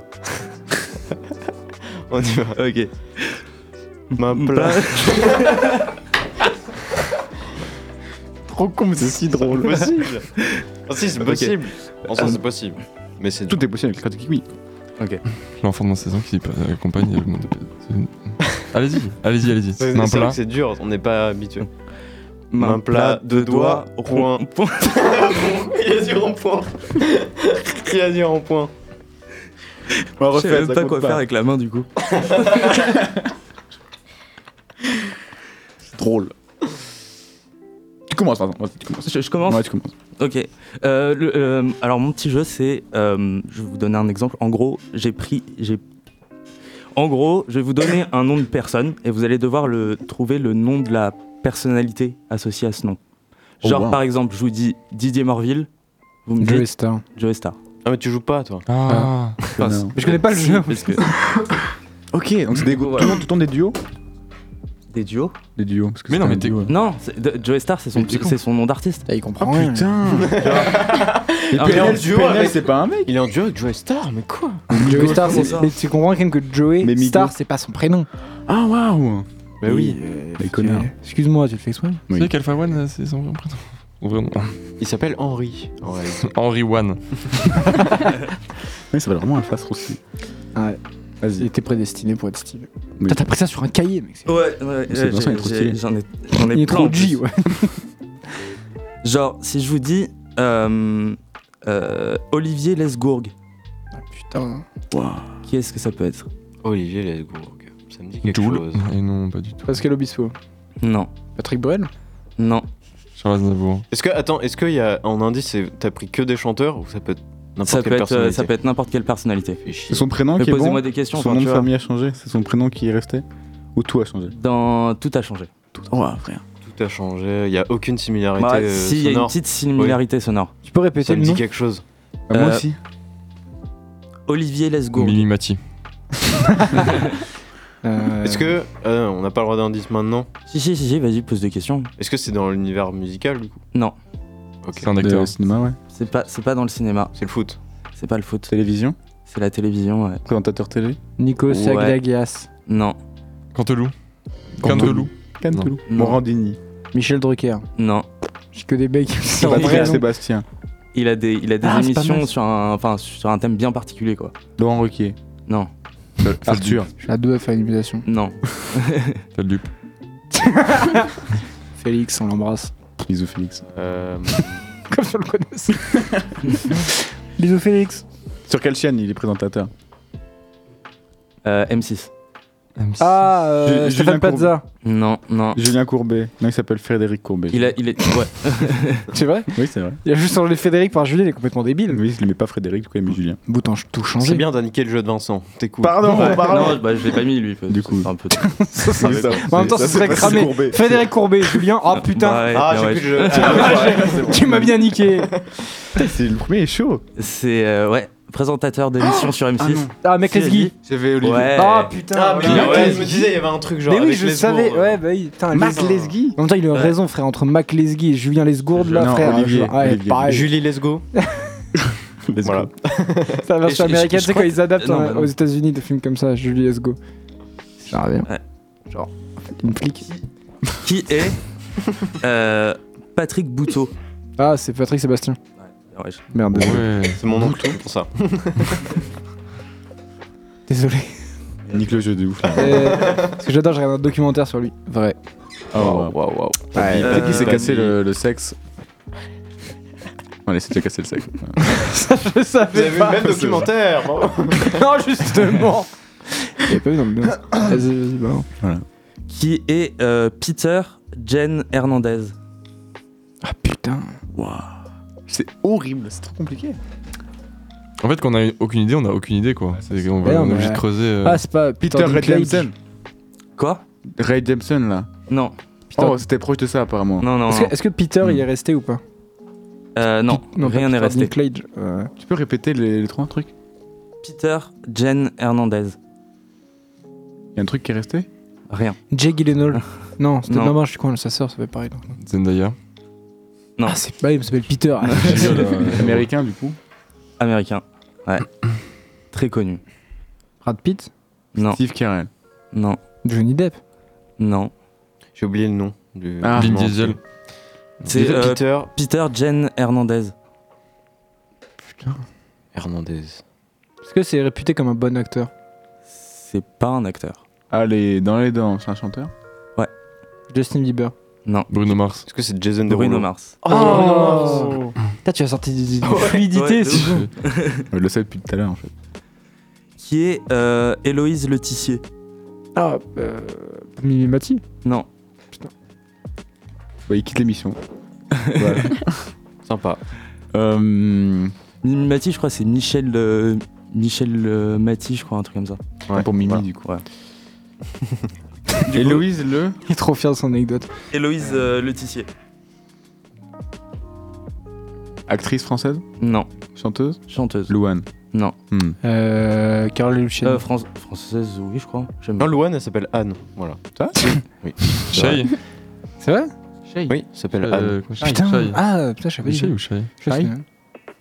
S7: on y va.
S5: Ok.
S7: Main plat.
S4: Trop con, mais c'est si drôle.
S7: possible. Ah, si, c'est
S4: Ok.
S7: possible. En soi,
S4: Euh,
S7: c'est possible. Mais c'est
S4: Tout est possible avec le code kiwi.
S6: L'enfant de ma saison qui euh, accompagne le monde de- Allez-y, allez-y, allez-y.
S7: C'est
S6: Un
S7: c'est vrai
S6: plat.
S7: que c'est dur, on n'est pas habitué.
S5: Main
S7: Un plat, deux doigts,
S5: rond-
S7: point. Il a dit rond-point. Il a dit rond-point.
S5: Je
S7: On va
S5: sais
S7: refaire,
S5: même
S7: ça
S5: pas
S7: compte
S5: quoi
S7: pas.
S5: faire avec la main du coup.
S4: C'est drôle. Tu commences, pardon. Vas-y, tu commences.
S5: Je, je commence
S4: Ouais, tu commences.
S5: Ok. Euh, le- euh, alors mon petit jeu c'est, euh, je vais vous donner un exemple. En gros, j'ai pris, j'ai, en gros, je vais vous donner un nom de personne et vous allez devoir le trouver le nom de la personnalité associée à ce nom.
S3: Oh,
S5: Genre
S3: wow.
S5: par exemple, je vous dis Didier Morville, vous me
S3: Joey
S5: dites
S3: Star.
S5: Joey Star.
S7: Ah mais tu joues pas toi.
S3: Ah.
S5: Passe.
S3: Mais je connais pas le
S5: Si,
S3: jeu.
S5: parce que-
S4: Ok, donc c'est des... tout, le monde, tout le temps des duos
S5: Des duos
S4: Des duos. Parce que
S6: Mais non, mais t'es.
S5: Non, c'est- de- Joey Star c'est son,
S4: Mais c'est con.
S5: c'est son nom d'artiste.
S3: Ah, Il comprend.
S4: Oh putain
S5: Il
S4: Mais PNL,
S7: duo
S4: PNL,
S7: avec-
S4: c'est pas un mec
S7: Il est en duo avec Joe Star, mais quoi
S3: Joey Star,
S5: comment
S3: c'est-
S5: ça
S3: mais tu comprends quand même que Joey
S4: Mais Migo.
S3: Star, c'est pas son prénom.
S4: Ah waouh Bah oui, les connards.
S3: Excuse-moi, tu le fais exprès.
S6: Tu
S4: Oui.
S6: sais qu'Alpha One, euh, c'est son vrai prénom. Son vrai nom.
S7: Il s'appelle Henri. en réalité.
S6: Henry One.
S4: Mais ça va vraiment un face aussi.
S3: Ouais. Il
S4: Vas-y.
S3: était prédestiné pour être Steve.
S4: Oui.
S3: Putain, T'as pris ça sur un cahier, mec. c'est-
S5: Ouais, ouais, ouais,
S4: c'est Vincent, il est trop
S5: j'ai-
S4: stylé.
S5: J'en ai, j'en ai
S3: Il est
S5: plein,
S3: trop
S5: en plus.
S3: G, ouais.
S5: Genre, si je vous dis euh, euh, Olivier Lesgourg,
S3: Ah, putain.
S5: qui est-ce que ça peut être
S7: Olivier Lesgourg. Ça me dit quelque
S6: Joule.
S7: chose.
S6: Et non, pas du tout.
S3: Pascal Obispo.
S5: Non,
S3: Patrick Bruel
S5: non.
S6: Charles Aznavour.
S7: Est-ce que attends, est-ce qu'il y a en indice, c'est- t'as pris que des chanteurs ou ça peut être
S5: Ça
S7: n'importe
S5: peut,
S7: quelle
S5: être, euh, ça
S7: personnalité
S5: peut être n'importe quelle personnalité.
S7: Fais chier.
S4: C'est son prénom
S5: Mais
S4: qui est
S5: posez-moi
S4: Ah, bon
S5: des questions.
S4: Son
S5: enfin,
S4: nom
S5: tu
S4: de
S5: vois.
S4: famille a changé C'est son prénom qui est resté Ou tout a changé
S5: Dans tout a changé.
S4: Tout. Oh frère.
S7: Tout a changé. Il y a aucune similarité
S5: Bah,
S7: euh,
S5: si, il y a une
S7: sonore.
S5: petite similarité sonore.
S3: Tu peux
S7: Ça
S3: répéter
S7: me
S3: le
S7: dit
S3: nom
S7: quelque chose.
S4: Bah, Moi
S5: Euh,
S4: aussi.
S5: Olivier Lesgourg.
S6: Mimi Mati.
S3: Euh,
S7: Est-ce que euh, on n'a pas le droit d'indice maintenant
S5: Si, si, si, si, vas-y, pose des questions.
S7: Est-ce que c'est dans l'univers musical du coup
S5: Non,
S7: Ok.
S6: C'est un
S4: Acteur
S6: acteur.
S4: au cinéma, ouais.
S5: c'est pas, c'est pas dans le cinéma,
S7: C'est le foot.
S5: c'est pas le foot,
S4: Télévision
S5: c'est la télévision, ouais.
S4: Présentateur télé
S3: Nico
S5: Ouais.
S3: Saglagias.
S5: Non,
S6: Cantelou.
S4: Cantelou.
S6: Cantelou.
S4: Cantelou.
S5: Non.
S4: Morandini.
S3: Michel Drucker.
S5: non.
S3: J'ai que des becs qui me sortent
S5: Patrick
S3: des
S4: Patrick
S3: noms.
S4: Sébastien.
S5: Il a des, il a des
S3: Ah, c'est pas
S5: émissions
S3: mal.
S5: sur un, enfin, sur un thème bien particulier, quoi.
S4: Laurent Ruquier.
S5: Non,
S4: Arthur.
S3: Je suis à deux à faire une imitation.
S5: non.
S6: T'as le dupe.
S3: Félix, on l'embrasse.
S4: Bisous Félix.
S7: Euh,
S3: Comme sur le connaissait. Bisous Félix.
S4: Sur quelle chaîne il est présentateur
S5: Euh, M6.
S3: Ah, euh,
S4: Ju- Julien
S3: Stéphane
S4: Courbet.
S3: Pazza.
S5: Non, non.
S4: Julien Courbet. Non, il s'appelle Frédéric Courbet.
S5: Oh. Il, a, il est. Ouais.
S3: C'est vrai
S4: Oui, c'est vrai.
S3: Il a juste changé Frédéric par Julien, il est complètement débile.
S4: Oui, je l'aimais pas Frédéric, du coup, il aimait Julien.
S3: Bouton, tout
S7: c'est
S3: changé.
S7: bien d'indiquer le jeu de Vincent. T'es cool.
S4: Pardon,
S5: non, bah, je l'ai pas mis lui. parce
S4: Du
S5: que
S4: coup.
S5: c'est Un peu...
S4: Ça, ça, ça,
S3: En même temps, ce serait cramé. Frédéric Courbet, Julien. Oh putain,
S7: Ah, j'ai
S5: Bah, ouais,
S7: plus de jeu.
S3: tu m'as bien niqué.
S4: C'est le premier est chaud.
S5: C'est euh, ouais, présentateur d'émission sur M6.
S3: Ah, mec, les guilles.
S7: J'avais Olivier.
S5: Ouais.
S3: Ah putain.
S7: Ah, mais
S3: Julien
S7: ouais, je me
S3: Lesguy.
S7: disais, il y avait un truc genre.
S3: Mais oui,
S7: avec euh.
S3: je
S7: les
S3: savais.
S7: secours,
S3: Ouais, bah oui. Putain,
S4: Mac
S3: les-
S4: Lesguy
S3: En même temps, il a
S5: Ouais.
S3: raison, frère, entre Mac Lesguy et Julien Lesgourde, là,
S4: Non,
S3: frère.
S4: Olivier,
S3: genre, ouais,
S4: Olivier.
S3: pareil.
S7: Julie, let's go.
S4: Let's
S7: Voilà.
S4: go.
S3: C'est
S5: Et
S3: la version
S5: je- et je-
S3: américaine,
S5: je
S3: tu sais, quand
S5: crois
S3: ils adaptent
S5: Non,
S3: hein,
S5: bah non.
S3: aux États-Unis des films comme ça, Julie Let's Go. J'arrive.
S5: Ouais.
S3: Genre, en fait, une flic.
S5: Qui est euh, Patrick Bouteau.
S3: Ah, c'est Patrick Sébastien.
S5: Ouais, je-
S3: Merde, désolé.
S6: Ouais.
S7: C'est mon oncle, c'est pour ça.
S3: Désolé.
S4: Nique le jeu de ouf.
S3: Euh, parce que j'adore, je regarde un documentaire sur lui. Vrai.
S4: Oh,
S7: waouh, waouh.
S4: ouais.
S5: Euh,
S4: Peut-être qu'il s'est
S5: bah,
S4: cassé
S5: il-
S4: le, le sexe. Allez, c'est déjà cassé le sexe.
S3: je
S7: Vous avez
S3: savais
S7: vu le
S3: pas.
S7: même documentaire. bravo.
S3: Non, justement. Il y a pas eu d'ambiance. Vas-y, vas-y, bah non.
S5: Qui est euh, Peter Jen Hernandez.
S3: Ah putain.
S4: C'est horrible, c'est trop compliqué.
S6: En fait, quand on a aucune idée, on a aucune idée quoi. C'est on
S3: Mais
S6: va-
S3: non,
S6: on est
S3: mais-
S6: obligé de creuser. euh,
S3: Ah, c'est pas Peter,
S4: Peter Ray
S3: Dinklage.
S4: Jameson.
S5: Quoi
S4: Ray Jameson là.
S5: Non,
S3: Peter-
S4: Oh, c'était proche de ça apparemment.
S5: non, non.
S3: Est-ce
S5: Non,
S3: que, est-ce que Peter il est resté ou pas
S5: Euh, non,
S3: Non, pas
S5: rien n'est
S3: Peter
S5: resté.
S3: Dinklage. Euh,
S4: Tu peux répéter les, les trois trucs
S5: Peter Jen Hernandez.
S4: Il y a un truc qui est resté
S5: Rien.
S3: Jay Gyllenhaal. non, c'était
S5: Non.
S3: non, non, je suis con, sa sœur, ça fait pareil. donc.
S6: Zendaya.
S5: Non,
S3: Ah, c'est pas, il s'appelle Peter.
S6: Je rigole, euh,
S4: Américain du coup
S5: américain. Ouais. Très connu.
S3: Brad Pitt
S5: Non,
S4: Steve Carell.
S5: non,
S3: Johnny Depp.
S5: non.
S7: J'ai oublié le nom. du-
S4: Ah.
S7: du
S6: Vin
S7: nom.
S6: Diesel.
S5: C'est
S7: Déjà,
S5: euh,
S7: Peter
S5: Peter Jen Hernandez.
S7: Hernandez.
S3: Est-ce que c'est réputé comme un bon acteur
S5: C'est pas un acteur.
S4: Allez, dans Ah, les dents, c'est un chanteur
S5: Ouais.
S3: Justin Bieber.
S5: Non.
S6: Bruno Mars.
S7: Est-ce que c'est Jason
S5: Bruno
S7: Derulo
S5: Mars.
S3: Oh, Bruno Mars. Putain, tu as sorti des des fluidités.
S5: Ouais, de
S3: c'est
S5: ouf.
S3: bon.
S4: Je le sais depuis tout à l'heure en fait.
S5: Qui est euh, Héloïse Le Tissier.
S3: Ah, euh, Mimi Mati.
S5: Non.
S4: Bah, il quitte l'émission. Voilà.
S7: Sympa.
S4: Euh,
S5: Mimi Mati, je crois, c'est Michel, euh, Michel euh, Mati, je crois, un truc comme ça.
S4: Ouais, pour Mimi,
S5: voilà.
S4: du coup.
S5: Ouais.
S4: Héloïse le.
S3: Il est trop fier de son anecdote.
S5: Héloïse euh, Le Tissier.
S4: Actrice française
S5: Non.
S4: Chanteuse
S5: Chanteuse.
S4: Louane.
S5: Non.
S4: Hmm.
S3: Euh, Carole et Luciano.
S5: Euh, France- française, oui, je crois. J'aime
S7: Non,
S5: bien.
S7: Louane, elle s'appelle Anne. Voilà.
S4: Ça
S7: Oui.
S6: Shay.
S3: C'est vrai
S5: Ah,
S7: Oui, elle s'appelle Anne.
S6: Euh, comment ça s'appelle
S3: Putain.
S6: Shay.
S3: Ah, putain, je savais
S6: Shay
S3: pas.
S6: ou Shay
S3: Shime.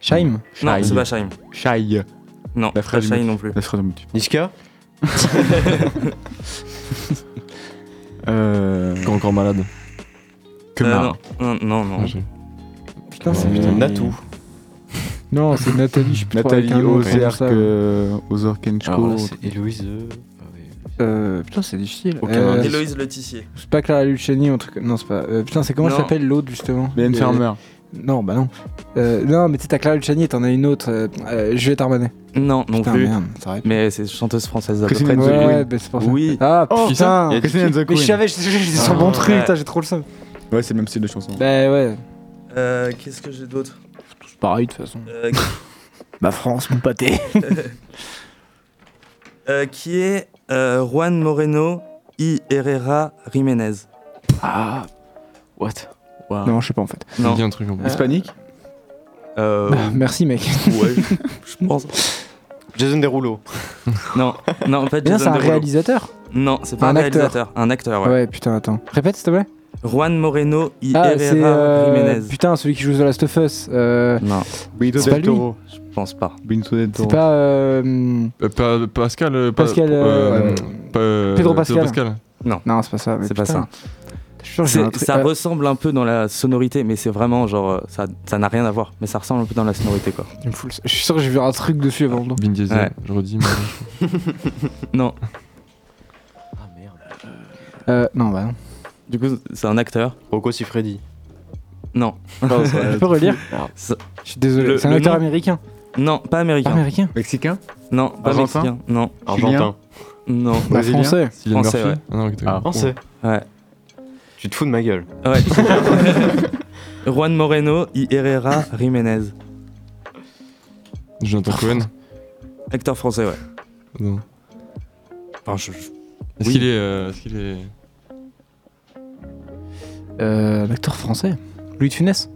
S3: Shime.
S5: Non,
S4: Shai.
S5: c'est pas Shaim.
S4: Shai.
S5: Non,
S4: La
S5: pas
S4: phrase du
S5: Shaim
S4: mec.
S5: non plus.
S4: La phrase de motif.
S7: Niska
S4: Euh.
S6: Encore, encore malade.
S4: Que Ah,
S5: Euh,
S4: marre.
S5: non, non, non. non.
S6: J'ai-
S3: Putain, c'est
S4: Putain.
S7: Oh, Natou.
S3: Non, c'est Nathalie, je suis plus trop avec
S4: Nathalie
S3: un nom, c'est pour
S4: Ozerk,
S3: ça.
S4: euh, Ozerk
S7: Alors là,
S4: Kenchko.
S7: Ah c'est Héloïse. euh, ah oui.
S3: Euh, putain, c'est difficile.
S7: Aucun
S3: Euh,
S7: indice.
S5: Héloïse Le Tissier.
S3: c'est pas Clara Luciani, un truc. Non, c'est pas. euh, putain, c'est comment elle
S5: Non.
S3: s'appelle l'autre justement
S4: Ben
S3: Euh,
S4: Farmer.
S3: Non, bah non. Euh, non, mais tu sais, t'as Clara Luciani et t'en as une autre. Euh, euh, Juliette Armanet.
S5: Non, non
S3: Putain,
S5: plus.
S3: merde, ça arrête.
S5: Mais c'est chanteuse française à peu
S4: Christine
S5: près.
S3: Ouais,
S4: Anne
S5: Oui.
S3: ouais, bah, c'est pour ça.
S5: Oui.
S3: Ah
S4: Oh,
S3: putain
S7: il y a-
S4: Christine and the
S3: Mais je
S4: Queen.
S3: savais, j'étais j'étais sur mon
S5: Ah, Ouais.
S3: truc, putain, j'ai trop le seum.
S4: Ouais, c'est le même style de chanson.
S3: Bah ouais.
S5: Euh, Qu'est-ce que j'ai d'autre
S3: C'est pareil de toute façon.
S5: Euh,
S3: Bah France, mon pâté.
S5: euh, Qui est euh, Juan Moreno I. Herrera Jiménez.
S3: Ah.
S7: What
S5: Wow.
S3: Non, je sais pas en fait.
S6: Il
S5: Non.
S6: dit un truc en plus.
S4: Hispanique
S5: Euh,
S3: Bah, merci mec.
S5: ouais, je pense.
S7: Jason Derulo.
S5: Non, non, en fait,
S3: Bien,
S5: Jason
S3: c'est un
S5: Derulo.
S3: réalisateur.
S5: Non, c'est pas
S3: Un
S5: un,
S3: acteur.
S5: réalisateur, un acteur, ouais.
S3: ouais, putain, attends. Répète s'il te plaît.
S5: Juan Moreno y
S3: Ah, c'est.
S5: Herrera
S3: euh,
S5: Jiménez.
S3: Putain, celui qui joue The Last of Us. Euh,
S5: Non,
S4: Benito
S3: C'est pas
S4: del
S3: lui.
S4: Toro.
S5: je pense pas.
S4: Benito del Toro.
S3: c'est pas. euh,
S6: Euh, pas- Pascal. euh, pas-
S3: Pascal, euh,
S6: pas, euh,
S3: Pedro Pascal. Non, c'est pas ça. mais
S5: C'est pas
S3: putain.
S5: ça.
S3: Je suis sûr que j'ai
S5: C'est-
S3: un truc-
S5: Ça
S3: euh,
S5: ressemble un peu dans la sonorité, mais c'est vraiment genre. euh, Ça ça n'a rien à voir, mais ça ressemble un peu dans la sonorité, quoi.
S3: il me fout le- Je suis sûr que j'ai vu un truc dessus avant. donc.
S6: Vin Diesel.
S5: Ouais.
S6: Je redis. mais-
S5: Non,
S7: Ah merde.
S3: Euh, non, bah non.
S5: du coup, c'est un acteur.
S7: Rocco Siffredi.
S5: Non,
S3: Je peux relire
S5: Ça-
S3: Je suis désolé.
S5: Le-
S3: C'est un
S5: le
S3: acteur
S5: nom
S3: américain.
S5: non, pas américain.
S3: Américain
S4: Mexicain
S5: Non, pas
S4: Argentin
S5: mexicain. Non,
S7: Argentin.
S5: non,
S3: Bah,
S4: Brésilien
S3: Français.
S6: Cillian
S5: Français,
S6: Murphy Ah non, ok,
S4: Ah.
S6: d'accord.
S7: Français.
S5: ouais.
S7: Tu te fous de ma gueule.
S5: Ouais. Juan Moreno y Herrera Jiménez.
S6: Oh, Jonathan Cohen.
S5: Acteur français, ouais.
S6: Non.
S5: Enfin, je- je-
S6: Est-ce
S5: Oui.
S6: qu'il est. euh, Est-ce qu'il est.
S3: Euh, un acteur français. Louis de Funès.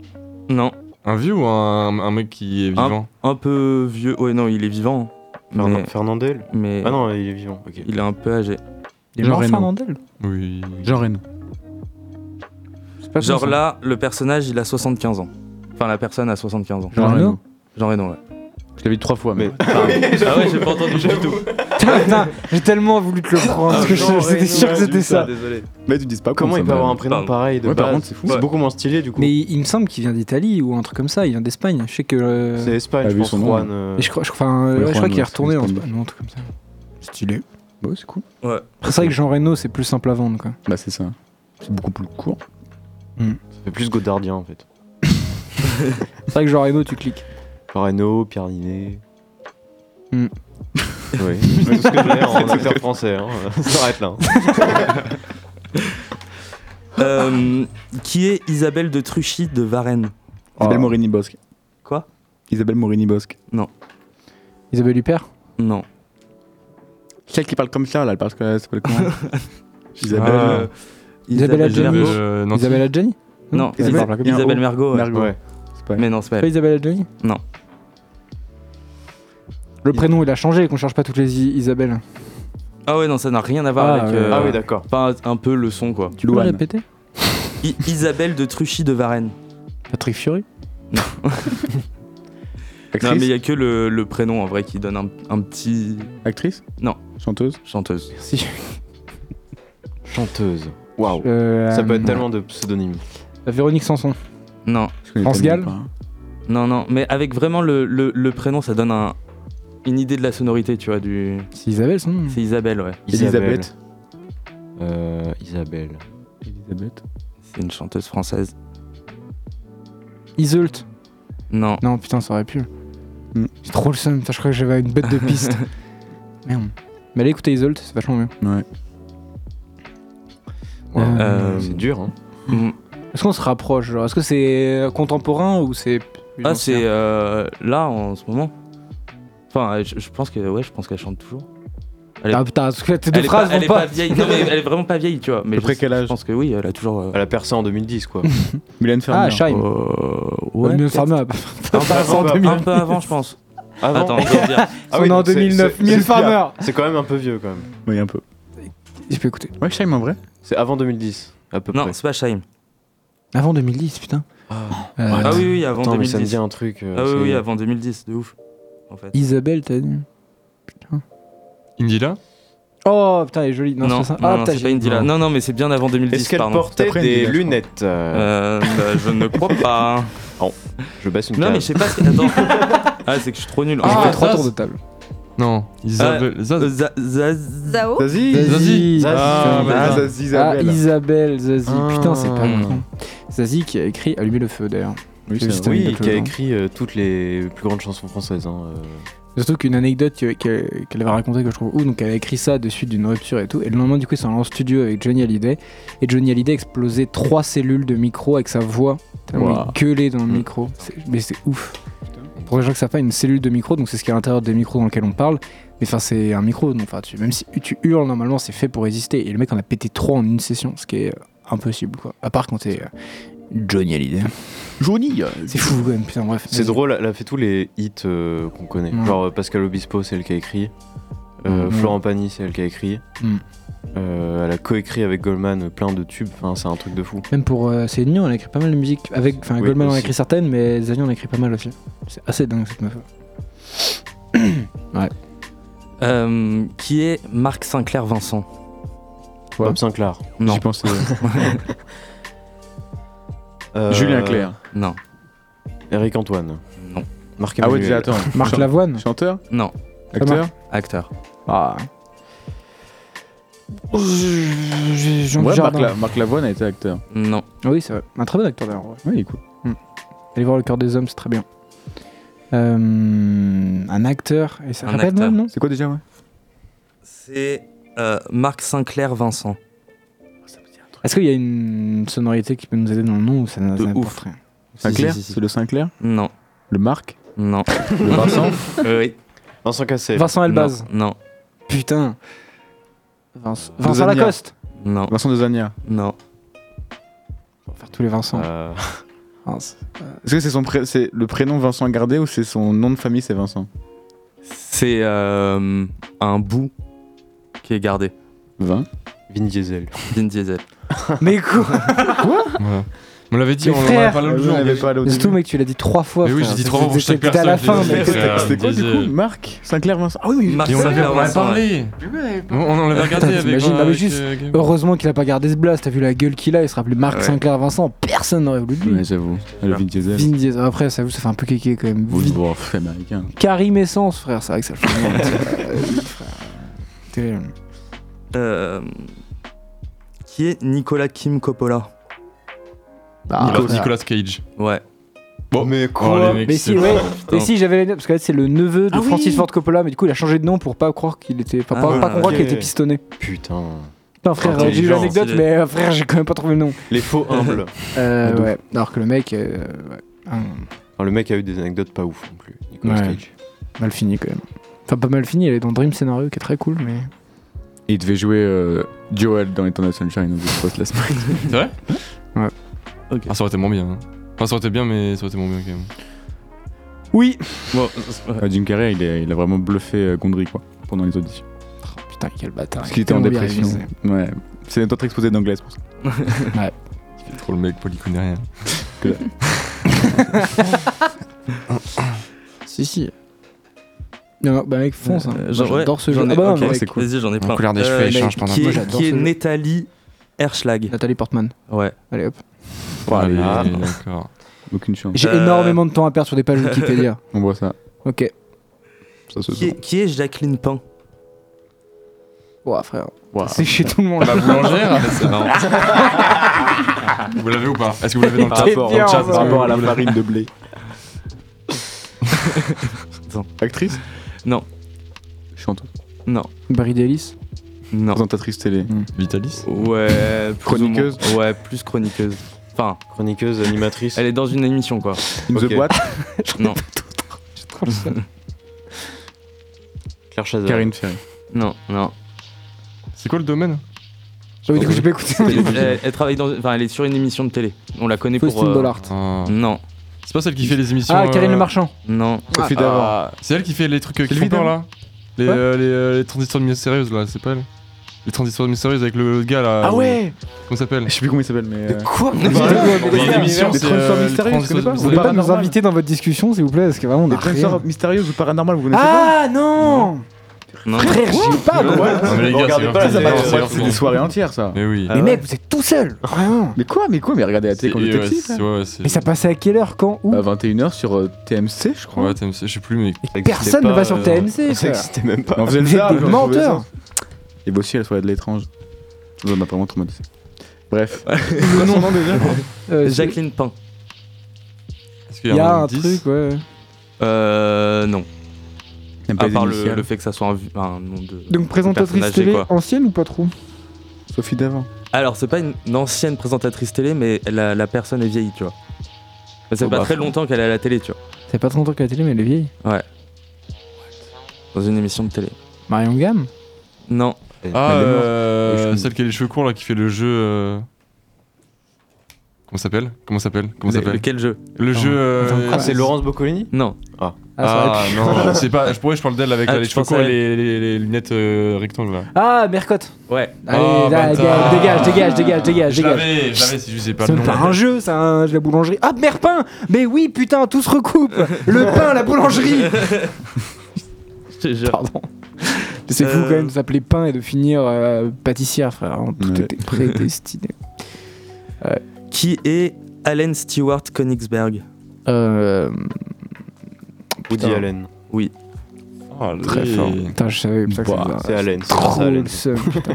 S5: Non,
S6: Un vieux ou un, un mec qui est vivant
S5: un peu vieux. Ouais, non, il est vivant. hein.
S7: Fernan-
S5: Mais,
S7: Fernandel.
S5: mais
S7: Ah non, il est vivant. Ok.
S5: il est un peu âgé.
S3: Il est
S4: Jean
S3: mort
S4: Reno.
S3: Fernandel.
S6: Oui.
S4: Jean Reno.
S3: C'est pas
S5: Genre
S3: ça.
S5: là, le personnage, il a 75 ans. Enfin, la personne a 75 ans.
S3: Jean Reno.
S5: Jean Reno, ouais.
S4: Je l'ai vu trois fois, mais.
S5: Ah ouais, j'ai pas entendu du tout.
S3: Putain, j'ai tellement voulu te le prendre parce
S7: Ah,
S3: que je- c'était sûr que c'était ça.
S7: Désolé.
S4: Mais tu dis pas
S7: Comment il peut avoir un prénom
S5: Pardon.
S7: pareil de
S4: Ouais, par
S7: base
S4: contre, c'est fou.
S7: C'est
S4: Ouais.
S7: beaucoup moins stylé du coup.
S3: Mais il, il me semble qu'il vient d'Italie ou un truc comme ça. Il vient d'Espagne. Je sais que. euh,
S7: C'est Espagne,
S4: T'as
S7: je
S4: vu
S7: pense.
S4: son nom,
S7: Juan.
S4: hein.
S7: euh,
S3: Et je crois, je crois, enfin, euh,
S4: Ouais,
S3: ouais, je crois
S4: Juan,
S3: qu'il est
S4: ouais,
S3: retourné
S4: c'est
S3: en
S4: Espagne.
S3: Espagne, non, un truc comme ça. Stylé.
S4: Bon, Bah, c'est cool.
S5: Ouais.
S3: Après, c'est vrai que Jean Reno, c'est plus simple à vendre, quoi.
S4: Bah, c'est ça. C'est beaucoup plus court.
S7: Ça fait plus Godardien en fait.
S3: C'est vrai que Jean Reno, tu cliques.
S7: Reno, Pierre Ninet.
S3: Hmm.
S7: Oui. C'est tout ce que j'ai hein, en acteur français. Hein. Ça s'arrête là. hein.
S5: Euh, qui est Isabelle de Truchy de Varennes
S4: Isabelle Morini-Bosque.
S5: Quoi
S4: Isabelle Morini-Bosque.
S3: Isabelle Huppert
S5: Non.
S4: Celle qui parle comme ça, là, elle parle que elle s'appelle comment Isabelle.
S5: Ah,
S4: euh,
S3: Isabelle Adjani.
S5: Mergo.
S6: Euh, Nancy.
S3: Isabelle Adjani
S5: Non,
S4: Isabelle-
S5: Isabelle,
S4: Mergo.
S5: Isabelle Mergo. ouais.
S4: Mergo.
S7: Ouais.
S4: C'est pas
S5: Mais non, c'est pas
S3: Pas
S5: elle.
S3: Isabelle Adjani
S5: Non.
S3: Le prénom, il a changé, qu'on cherche pas toutes les I- Isabelle.
S5: Ah ouais, non, ça n'a rien à voir
S3: Ah,
S5: avec.
S3: ouais.
S5: euh,
S7: Ah oui, d'accord.
S5: pas un peu le son, quoi.
S3: Tu peux
S4: Louane.
S3: répéter
S5: I- Isabelle de Truchy de Varennes.
S3: Patrick Fury
S5: Non, mais il
S4: Actrice
S5: y a que le, le prénom en vrai qui donne un, un petit
S4: Actrice
S5: Non.
S4: Chanteuse
S5: chanteuse.
S3: Merci.
S7: Chanteuse. Waouh.
S3: Euh,
S7: Ça peut
S3: euh,
S7: être tellement de pseudonymes.
S3: Véronique Sanson.
S5: Non,
S4: Je connais
S3: France
S4: tellement
S3: Gall
S4: pas. hein.
S5: non, non, mais avec vraiment le, le- le prénom, ça donne un- une idée de la sonorité, tu vois. Du...
S3: C'est Isabelle, son nom.
S5: C'est Isabelle, ouais.
S4: Elisabeth.
S12: Euh, Isabelle.
S5: Elisabeth C'est une chanteuse française.
S3: Isult.
S5: Non.
S3: Non, putain, ça aurait pu.
S7: Mm.
S3: C'est trop le seum, putain, je crois que j'avais une bête de piste. Merde. Mais allez écouter Isult, c'est vachement bien.
S4: Ouais.
S12: Euh, c'est dur, hein.
S3: Est-ce qu'on se rapproche genre Est-ce que c'est contemporain ou c'est. plus
S5: Ah,
S3: ancien
S5: c'est euh, là en ce moment. Enfin, euh, je, je pense que ouais, je pense qu'elle chante toujours.
S3: Ah, putain, parce que tes deux
S5: euh, elle est
S3: phrases
S5: pas, elle
S3: vont
S5: est
S3: pas.
S5: pas vieille. Non, mais elle est vraiment pas vieille, tu vois. Mais
S4: Après
S5: je, je pense que oui, elle a toujours. euh,
S12: Elle a percé en 2010, quoi.
S4: Mylène Farmer.
S3: Ah, Shine.
S5: euh, Oh,
S3: Bah,
S5: ouais,
S3: Mieux
S5: peut-être.
S3: fermé.
S5: un, peu
S7: Ah,
S5: avant,
S7: bah,
S5: un peu avant, je pense. Attends, je vais dire.
S3: Ah oui, en
S12: donc c'est-
S3: 2009,
S12: c'est-
S3: Mylène
S12: c'est pire.
S3: Farmer.
S12: C'est quand même un peu vieux, quand même.
S4: Ah, Oui, un peu.
S3: Je peux écouter.
S4: Ouais, Shime en vrai
S12: C'est avant 2010, à peu
S5: Non,
S12: près.
S5: c'est pas Shaim.
S3: Avant 2010, putain. Euh,
S5: ah oui, oui, avant
S12: Attends, mais
S5: 2010.
S12: ça me dit un truc, euh,
S5: ah oui,
S12: c'est-
S5: oui, avant 2010, de ouf. En fait.
S3: Isabelle, t'as dit.
S6: Indila
S3: Oh putain, elle est jolie. Non,
S5: non,
S3: c'est pas ça.
S5: non,
S3: Ah,
S5: non,
S3: putain,
S5: c'est pas
S3: j'ai-
S5: Indila. Non, non, mais c'est bien avant 2010.
S12: Est-ce qu'elle
S5: pardon.
S12: portait Après des Indila, je crois. lunettes,
S5: Euh, bah, Je ne crois pas.
S12: Non, je baisse une
S5: Non,
S12: canne.
S5: mais je sais pas ce qu'elle attend. Ah, c'est que je suis trop nul.
S6: Ah,
S5: Je fais
S6: Zaz.
S3: table.
S6: Non, Isabelle. Zaz.
S5: euh, Zaz.
S8: Zao
S4: Zazie
S3: Zazie.
S4: Ah,
S3: Zazie.
S4: bah,
S3: Ah,
S4: Zazie,
S3: Ah,
S4: Isabelle.
S3: Isabelle Zazie.
S4: Ah.
S3: Putain, c'est pas
S4: Hmm.
S3: con. Zazie qui a écrit Allumer le feu d'ailleurs.
S4: Oui,
S3: J'ai
S4: c'est
S3: juste
S4: vrai.
S3: une
S12: Oui,
S3: anecdote
S12: qui a
S3: là-dedans.
S12: écrit euh, toutes les plus grandes chansons françaises. Hein, euh.
S3: Surtout qu'une anecdote que- que- qu'elle avait racontée que je trouve ouf, donc elle a écrit ça de suite d'une rupture et tout, et le lendemain du coup ils sont allés en studio avec Johnny Hallyday, et Johnny Hallyday explosait trois cellules de micro avec sa voix, tellement
S4: Wow.
S3: il gueulait dans le micro, C'est- mais c'est ouf. Pour les gens qui savent pas, une cellule de micro, donc c'est ce qui est à l'intérieur des micros dans lequel on parle, mais enfin c'est un micro, donc, enfin, tu- même si tu hurles normalement c'est fait pour résister, et le mec en a pété trois en une session, ce qui est euh, impossible quoi, à part quand t'es euh, Johnny Hallyday.
S4: Johnny
S3: C'est fou quand même, putain bref.
S12: C'est
S3: vas-y.
S12: drôle, elle a fait tous les hits euh, qu'on connaît.
S3: Mm.
S12: Genre euh, Pascal Obispo, c'est elle qui a écrit. Euh,
S3: Mm.
S12: Florent Pagny, c'est elle qui a écrit.
S3: Mm.
S12: Euh, elle a coécrit avec Goldman euh, plein de tubes. Enfin, c'est un truc de fou.
S3: Même pour euh, Céline Dion, elle a écrit pas mal de musique. Avec, enfin,
S12: Oui,
S3: Goldman en a
S12: aussi.
S3: écrit certaines, mais Zazie en a écrit pas mal aussi. C'est assez dingue cette meuf. ouais.
S5: Euh, qui est Marc Sinclair Vincent
S3: Ouais.
S12: Bob Sinclair.
S5: Non.
S4: J'y pensais.
S12: Euh,
S4: Julien Clerc.
S5: Non.
S12: Eric Antoine.
S5: Non.
S12: Marc
S4: Ah ouais,
S12: Emmanuel.
S4: déjà, attends.
S3: Marc
S4: Chan-
S3: Lavoine.
S4: Chanteur
S5: Non.
S4: Acteur
S5: Acteur.
S3: Ah. J'ai Jean
S4: Ouais, Marc,
S3: Dujardin.
S4: La- Marc Lavoine a été acteur.
S5: Non.
S3: Ah Oui, c'est vrai. Un très bon acteur d'ailleurs. ouais. Hmm.
S4: Oui, il est cool.
S3: Allez voir Le cœur des hommes, c'est très bien. Euh, un acteur. Et ça
S5: Un
S3: rappelle
S5: acteur.
S3: même, non
S4: C'est quoi déjà, ouais
S5: C'est euh, Marc Sinclair Vincent.
S3: Est-ce qu'il y a une sonorité qui peut nous aider dans le nom ou ça n'a
S5: De
S3: ça n'apporte
S5: ouf.
S3: rien
S4: Sinclair
S5: si, si, si.
S4: C'est le Sinclair
S5: Non.
S4: Le Marc
S5: Non.
S4: Le Vincent
S5: oui.
S12: Vincent Cassel.
S3: Vincent Elbaz.
S5: Non.
S3: Putain. Vince- Vincent
S4: Zania.
S3: Lacoste.
S5: Non.
S4: Vincent Desania.
S5: Non.
S3: On va faire tous les Vincent.
S12: Euh,
S3: Vince.
S4: Est-ce que c'est son pré- c'est le prénom Vincent Gardé ou c'est son nom de famille, c'est Vincent
S5: C'est euh, un bout qui est gardé.
S4: Vin
S12: Vin Diesel.
S5: Vin Diesel.
S3: Mais quoi
S6: Voilà. On l'avait dit,
S3: Mais
S6: on en a
S3: frère
S6: parlé l'autre
S4: Oui, on
S6: jour.
S4: l'avait pas
S3: Mais Surtout, mec, tu l'as dit trois fois.
S6: Mais oui,
S3: frère.
S6: j'ai dit trois fois pour chaque
S3: C'était- c'était à la fin,
S6: personne,
S3: mec.
S6: j'ai dit, frère.
S4: C'était quoi du
S6: Diesel.
S4: coup Marc Sinclair Vincent Ah oui, oui,
S5: Marc
S6: Et on en avait
S5: Sinclair
S6: on en avait
S5: Vincent, ouais.
S6: parlé. On on l'avait
S3: Putain,
S6: regardé avec.
S3: t'imagines, non, mais
S6: avec,
S3: juste,
S6: euh, Gaël.
S3: Heureusement qu'il a pas gardé ce blast. T'as vu la gueule qu'il a. Il se rappelait Marc
S5: Ouais.
S3: Sinclair Vincent. Personne n'aurait voulu de lui.
S4: Ouais, j'avoue. Ah, Le Vin Diesel.
S3: Vin Diesel. Après, ça vous, ça fait un peu kéké quand même.
S4: Vous
S3: Vin-
S4: voir américain.
S3: Karim Essence, frère. C'est vrai que ça le fait. mal, euh, frère. Terrible.
S5: Euh, qui est Nicolas Kim Coppola. Ah,
S3: Bah,
S6: Nicolas-
S3: frère.
S6: Nicolas Cage.
S5: Ouais.
S6: Bon, Oh, mais
S5: Oh,
S3: Quoi mais si, ouais. Mais si, j'avais les notes, parce que là, c'est le neveu de
S5: Ah oui.
S3: Francis Ford Coppola, mais du coup, il a changé de nom pour pas croire qu'il était, enfin, pas,
S5: Ah,
S3: pas qu'on croit
S12: ok.
S3: qu'il était pistonné.
S12: Putain.
S3: Non, frère, j'ai eu
S5: Intelligent,
S3: l'anecdote,
S5: c'est-
S3: mais euh, frère, j'ai quand même pas trouvé le nom.
S12: Les faux humbles.
S3: Euh,
S12: De
S3: ouais. Alors que le mec, euh, ouais, un-
S12: Enfin, le mec a eu des anecdotes pas ouf non plus. Nicolas
S3: Ouais.
S12: Cage.
S3: mal fini quand même. Enfin, pas mal fini, elle est dans Dream Scenario qui est très cool, mais.
S4: Il devait jouer euh, Joel dans Eternal Sunshine, donc je pense la semaine.
S6: C'est vrai
S3: Ouais.
S5: Ok.
S6: Ah, ça aurait été moins bien. hein. Enfin, ça aurait été bien, mais ça aurait été moins bien quand même.
S3: Oui
S5: Bon,
S4: Euh, Jim Carrey, il, est- il a vraiment bluffé euh, Gondry, quoi, pendant les auditions.
S3: Putain, quel bâtard.
S4: Parce
S3: il
S4: qu'il
S3: est
S4: était en
S3: tellement bien
S4: dépression.
S3: réalisé.
S4: Ouais. C'est notre exposé d'anglais, c'est pour ça.
S6: C'est trop le mec, Paul, il connaît rien.
S3: Si, si. Non, non, bah, mec, fonce. hein.
S5: Euh,
S3: Moi,
S5: genre, ouais,
S3: J'adore ce jeu.
S5: j'en ai-
S3: Ah bah non,
S5: ok,
S3: mais mec,
S4: c'est cool.
S5: Vas-y, j'en ai
S6: La
S5: plein. Euh,
S6: couleur des cheveux, elle change pendant-
S5: Qui
S3: Moi,
S5: est,
S3: j'adore
S5: qui
S3: ce
S5: est
S3: jeu.
S5: Nathalie Erschlag.
S3: Nathalie Portman.
S5: Ouais.
S3: Allez hop.
S6: Allez,
S4: Ah.
S6: d'accord.
S4: Aucune chance.
S3: J'ai
S5: Euh.
S3: énormément de temps à perdre sur des pages Wikipédia.
S4: On voit ça.
S3: Ok.
S4: Ça se
S5: Qui
S4: sent.
S5: est, qui est Jacqueline Pain
S3: Ouah, frère. C'est chez tout le monde.
S6: La boulangère C'est marrant. Vous l'avez ou pas Est-ce que vous l'avez dans le
S4: Par
S6: chat
S4: rapport-
S5: Eh
S4: dans le chat, par rapport hein. à la
S6: Vous l'avez
S4: farine de blé.
S5: Actrice Non.
S4: Chanteuse
S5: Non.
S3: Barry Davis
S5: Non.
S4: Présentatrice télé.
S6: Vitalis
S5: Ouais. plus
S4: Chroniqueuse
S5: ou moins. Ouais, plus chroniqueuse. Enfin. Chroniqueuse, animatrice. Elle est dans une émission quoi.
S4: In the
S5: Ok.
S4: boîte
S5: Non.
S7: Claire Chazal.
S4: Karine Ferry.
S5: Non, non.
S6: C'est quoi le domaine
S3: Ah oui, du coup, j'ai pas écouté.
S5: elle, elle travaille dans, enfin, elle est sur une émission de télé. On la connaît
S3: Faustine
S5: pour. euh,
S3: Bollard.
S5: Non.
S6: C'est pas celle qui fait les émissions.
S3: Ah, Karine
S6: euh,
S3: Le Marchand.
S5: Non.
S6: Sophie
S5: Ah.
S6: Davant.
S5: Ah.
S6: C'est elle qui fait les trucs euh, qui
S5: C'est
S6: font
S5: le
S6: peur
S5: videur.
S6: là. Les,
S5: Quoi
S6: euh, les, euh, les transistors mystérieuses là, c'est pas elle. Les transistors mystérieuses avec le, le gars là.
S4: Ah
S6: le-
S4: ouais
S6: Comment il s'appelle
S4: Je sais plus comment il s'appelle, mais. euh,
S6: quoi
S4: Bah,
S6: Putain,
S4: ouais,
S6: mais
S4: mais
S6: les
S4: les
S6: émissions,
S4: des
S6: c'est,
S4: Transformers
S6: euh,
S4: mystérieuses, vous connaissez pas
S3: Vous pouvez pas nous inviter dans votre discussion, s'il vous plaît, parce que vraiment, on a
S4: Les
S3: rien.
S4: Transformers mystérieuses ou paranormal, vous connaissez pas
S3: Ah non
S5: Non.
S3: Frère, j'ai pas le droit.
S4: Non, mais les
S6: Vous
S4: gars,
S6: regardez
S4: c'est
S6: pas
S4: leur- c'est
S6: la série, c'est
S4: leur-
S6: leur
S4: c'est des
S6: fond.
S4: soirées entières, ça.
S6: Mais oui.
S3: Mais mec, vous êtes tout seul Vraiment
S4: Mais quoi, mais quoi, mais regardez la télé quand
S6: Et
S4: on était
S6: ouais,
S4: petits,
S6: c'est-
S4: frère.
S6: ouais, ouais, c'est-
S3: Mais ça passait à quelle heure, quand, où
S4: À 21h sur euh, TMC, je crois.
S6: Ouais, TMC, je sais plus, mais.
S3: Personne ne va sur TMC,
S4: Ça
S3: frère.
S4: existait même pas.
S3: On faisait le Vous êtes zap, des on trouvait menteurs.
S4: Et Bossy, la soirée de l'étrange. Ça m'a vraiment traumatisé. Bref.
S3: Le nom Euh, c'est-
S5: Jacqueline Pain.
S6: Est-ce
S3: Il y a un truc, ouais.
S5: Euh. Non.
S4: Même pas
S5: À
S4: les
S5: part le,
S4: initiales.
S5: le fait que ça soit un, vu- un nom de.
S3: Donc,
S5: de
S3: présentatrice
S5: personnage, c'est
S3: télé
S5: quoi.
S3: ancienne ou pas trop
S4: Sophie d'avant.
S5: Alors, c'est pas une, une ancienne présentatrice télé, mais la, la personne est vieille, tu vois. Mais c'est
S3: Oh
S5: pas
S3: bah.
S5: très longtemps qu'elle est à la télé, tu vois.
S3: C'est pas trop longtemps qu'à la télé, mais elle est vieille.
S5: Ouais. Dans une émission de télé.
S3: Marion Gamme
S5: Non.
S6: Ah,
S5: Elle est morte.
S6: euh, celle qui a les cheveux courts là, qui fait le jeu. euh, Comment ça s'appelle Comment ça s'appelle Comment ça
S5: Le-
S6: s'appelle
S5: lequel jeu
S6: Le
S5: Attends,
S6: jeu. euh,
S5: attends, quoi
S7: Ah, c'est Laurence Boccolini
S5: Non.
S7: Ah.
S6: Ah,
S7: ça aurait pu.
S6: non, c'est pas. Je pourrais, je parle d'elle avec
S5: Ah,
S6: là, les
S5: je
S6: cheveux courts et
S5: pensais-
S6: les, les- les lunettes euh, rectangles là.
S3: Ah, Mercotte
S5: Ouais.
S3: Allez,
S6: Oh,
S3: là,
S6: bâtard.
S3: dégage, dégage, dégage, dégage,
S6: Je
S3: dégage.
S6: l'avais, je l'avais, c'est juste j'ai pas
S3: C'est
S6: le
S3: même
S6: nom.
S3: pas un jeu, c'est un jeu de la boulangerie. Ah, Merpin Mais oui, putain, tout se recoupe Le pain, la boulangerie
S5: Je te jure.
S3: Pardon. C'est fou
S5: Euh,
S3: quand même de s'appeler pain et de finir euh, pâtissière, frère. hein. Tout
S4: Ouais.
S3: était prédestiné.
S5: Qui est Allen Stewart Konigsberg
S3: Euh,
S7: Woody
S5: Putain.
S7: Allen.
S5: Oui.
S3: très fort. Putain, je savais pas que ça
S7: Bah, c'est Allen, c'est
S3: Trop
S7: ça, Allen.
S3: le seum, putain.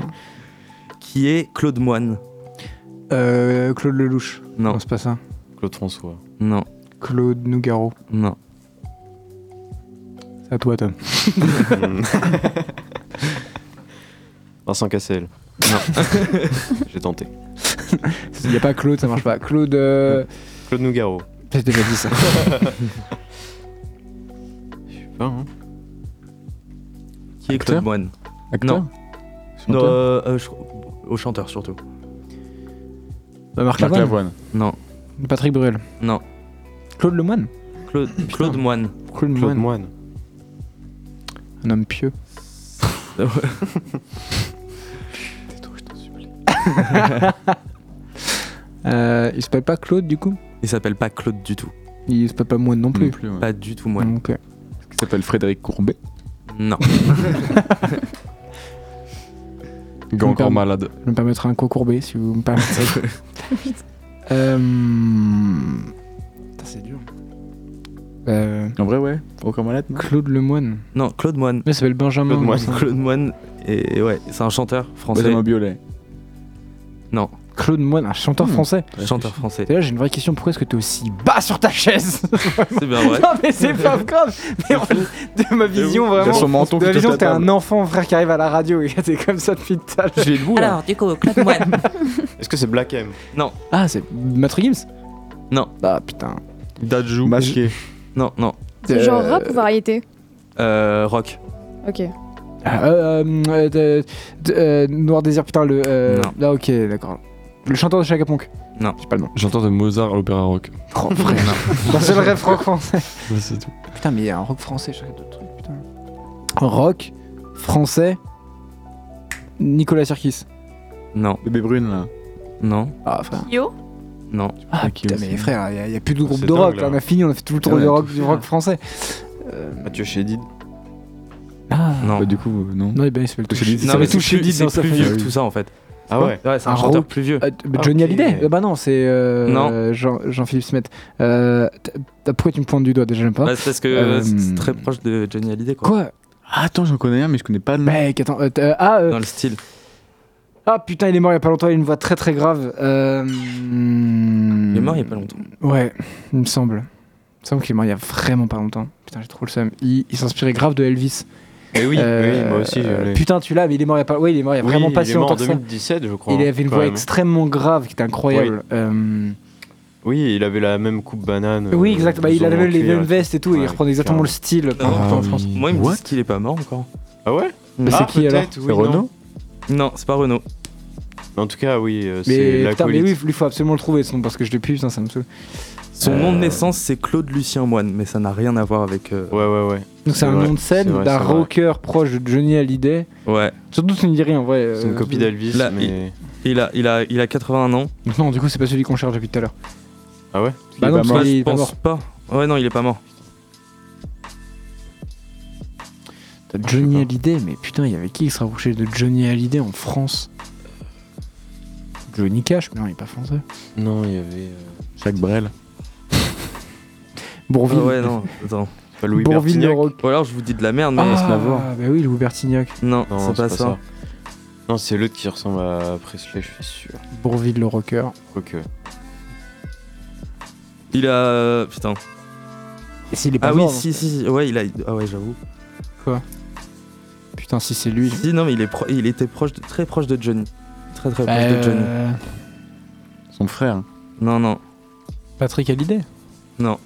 S5: Qui est Claude Moine
S3: Euh, Claude Lelouch.
S5: Non.
S3: c'est pas ça.
S7: Claude François.
S5: Non.
S3: Claude Nougaro.
S5: Non.
S3: C'est à toi, Tom.
S7: Vincent Cassel. J'ai tenté.
S3: Il n'y a pas Claude, ça marche pas. Claude. Euh...
S7: Claude Nougaro.
S3: J'ai déjà dit ça.
S7: Je sais pas, hein.
S5: Qui est
S4: Acteur
S5: Claude Moine
S4: Acteur
S5: Non.
S4: Chanteur
S5: Non, euh, euh, je- Au chanteur surtout.
S3: Bah, Marc
S4: Marc
S3: Lavoine.
S4: Lavoine.
S5: Non.
S3: Patrick Bruel.
S5: Non.
S3: Claude Lemoine.
S5: Claude, Claude Moine.
S3: Claude
S7: Claude
S3: Lemoine.
S7: Moine.
S3: Un homme pieux. Euh, il s'appelle pas Claude du coup
S5: Il s'appelle pas Claude du tout.
S3: Il s'appelle pas Moine non plus.
S4: Non plus, ouais.
S5: Pas du tout Moine.
S3: Ok.
S4: Qui s'appelle Frédéric Courbet.
S5: Non.
S6: Gars encore malade.
S3: Je me permettrai un concourbé si vous me permettez. euh... Putain, c'est dur. Euh...
S4: En vrai, ouais. Encore malade, non
S3: Claude Lemoine.
S5: Non, Claude Moine.
S3: Mais il s'appelle Benjamin. hein.
S5: Claude
S3: il me
S5: Moine. Claude
S3: semble.
S5: Moine. Et ouais, c'est un chanteur français.
S4: Benjamin Biolay.
S5: Non,
S3: Claude Moine, un chanteur
S4: Hmm.
S3: français.
S5: chanteur français.
S3: Et là, j'ai une vraie question. Pourquoi est-ce que t'es aussi bas sur ta chaise
S5: C'est bien vrai.
S3: Non, mais c'est pas grave. Mais on- de ma vision,
S4: Il a
S3: vraiment.
S4: son menton
S3: De
S4: qui
S3: ma
S4: touche
S3: vision,
S4: la
S3: t'es
S4: table.
S3: un enfant, frère, qui arrive à la radio. et T'es comme ça depuis tout à l'heure.
S4: J'ai debout, là.
S2: du coup, Claude Moine.
S7: Est-ce que c'est Black M
S5: Non,
S3: Ah, c'est Maître Gims
S5: Non.
S3: Ah, putain.
S6: Dadjou.
S4: Masqué.
S5: non, non.
S3: Euh,
S13: C'est genre rap ou variété
S5: Euh, rock.
S13: Ok.
S3: Ah, euh, euh, de- de- euh, Noir Désir, putain, le. euh,
S5: Non.
S3: Là, ok, d'accord. Le chanteur de Chaka Ponk.
S5: Non.
S3: J'ai pas le nom.
S6: J'entends de Mozart à l'opéra rock.
S3: Oh, frère. Non, c'est le rêve rock français.
S6: Ouais, c'est tout.
S3: Putain, mais il y a un rock français, Chaka d'autres trucs, putain. Rock français. Nicolas Sirkis.
S5: Non,
S4: Bébé Brune, là.
S5: non,
S3: Ah, frère.
S8: Yo
S5: non.
S3: Ah,
S4: qui
S3: putain,
S4: aussi.
S3: mais frère, il n'y a, plus
S5: Ah,
S3: de groupe
S7: C'est
S3: de rock.
S7: dingue,
S3: là.
S7: là.
S3: On a fini, on a fait tout le tour
S4: Ouais,
S3: du
S4: on a
S3: rock,
S4: tout
S3: du
S4: fait,
S3: rock
S4: là.
S3: français.
S7: Mathieu Chédid.
S3: Ah.
S5: Non.
S4: Bah, du coup, euh, non.
S3: Non, eh ben, il s'appelle
S4: Touché
S3: Touché.
S4: Did,
S5: non,
S3: Il
S5: mais
S3: s'appelle
S5: c'est
S3: Touché
S5: plus,
S3: Did,
S5: c'est
S3: non, ça
S5: plus
S3: fait-
S5: vieux que tout ça en fait.
S7: Ah ouais
S5: Ouais, c'est un
S3: Un
S5: chanteur
S3: rock.
S5: plus vieux.
S3: Euh, Johnny
S7: Ok.
S3: Hallyday Euh, Bah non, c'est euh,
S5: Non.
S3: euh, Jean- Jean-Philippe Smet. Euh, t- t- pourquoi tu me pointes du doigt déjà j'aime pas
S5: Bah, c'est parce que
S3: Euh,
S5: c'est c'est très proche de Johnny Hallyday quoi.
S3: Quoi
S4: Ah, attends, j'en connais un, mais je connais pas le nom.
S3: Mec, attends. euh, t- euh, ah, euh,
S5: Dans le style.
S3: ah, putain, il est mort il y a pas longtemps, il a une voix très très grave. Euh, hmm.
S5: Il est mort il y a pas longtemps.
S3: Ouais, il me semble. Il me semble qu'il est mort il y a vraiment pas longtemps. Putain, j'ai trop le seum. Il, il s'inspirait grave de Elvis.
S7: Mais Eh oui,
S3: Euh,
S7: oui, moi aussi. je
S3: euh,
S7: l'ai.
S3: putain, tu l'as, mais il est mort il y a pas, ouais, il est mort il y a
S7: Oui,
S3: vraiment pas
S7: il
S3: si
S7: est mort
S3: longtemps
S7: en
S3: que ça.
S7: 2017, je crois. hein.
S3: Il avait une
S7: quand
S3: voix
S7: même.
S3: extrêmement grave qui était incroyable. Euh,
S7: Oui, il avait la même coupe banane. euh,
S3: oui, exactement.
S7: le
S3: Il avait
S7: zoom en
S3: les
S7: cuir,
S3: mêmes vestes et tout, et il
S7: Ouais,
S3: reprenait exactement le style.
S5: Ah,
S3: en France.
S5: Moi, ils me disent qu'il est pas mort encore.
S7: Ah ouais
S3: Mais c'est qui alors
S7: C'est Renault
S5: Non, c'est pas Renault.
S7: En tout cas, oui, euh, c'est
S3: Mais
S7: la
S3: putain, mais oui, il faut absolument le trouver, son, parce que je l'ai plus, putain, ça me saoule.
S5: Son
S3: Euh,
S5: nom de naissance, c'est Claude Lucien Moine, mais ça n'a rien à voir avec. euh,
S7: Ouais, ouais, ouais.
S3: Donc c'est un nom de scène d'un rocker proche de Johnny Hallyday.
S5: Ouais.
S3: Surtout, tu ne dis rien en vrai.
S7: C'est une
S3: euh,
S7: copie d'Elvis,
S5: Là,
S7: mais.
S5: il, il a, il, a, il a 81 ans.
S3: Non, du coup, c'est pas celui qu'on cherche depuis tout à l'heure.
S7: Ah ouais
S3: Bah non, parce
S5: Bah,
S3: qu'il
S5: je
S3: est pas
S5: pense
S3: mort.
S5: pas. Ouais, non, il est pas mort.
S3: T'as Johnny Hallyday, mais putain, il y avait qui qui se rapprochait de Johnny Hallyday en France Johnny Cash Non, il est pas français.
S7: Non, il y avait.
S4: Jacques Brel.
S3: Bourville.
S5: Ah ouais, non, attends.
S7: Pas Louis
S3: Bourville le
S7: Bertignac.
S3: rock.
S5: Ou alors je vous dis de la merde, mais.
S3: Ah, bah oui, Louis Bertignac.
S5: Non,
S7: Non,
S5: c'est pas, ça.
S7: Non, c'est l'autre qui ressemble à Presley, je suis sûr.
S3: Bourville le rocker.
S7: Quoique.
S5: Il a. euh, Putain.
S3: Et s'il est pas
S5: Ah oui,
S3: mort
S5: si, si, si. Ouais, il a. Ah ouais, j'avoue.
S3: Quoi hein. Putain, si c'est lui.
S5: Si, non, mais il, est pro- il était proche de- très proche de Johnny. Très très proche de Johnny.
S3: Euh,
S4: Son frère.
S5: Non, non,
S3: Patrick Hallyday
S5: non.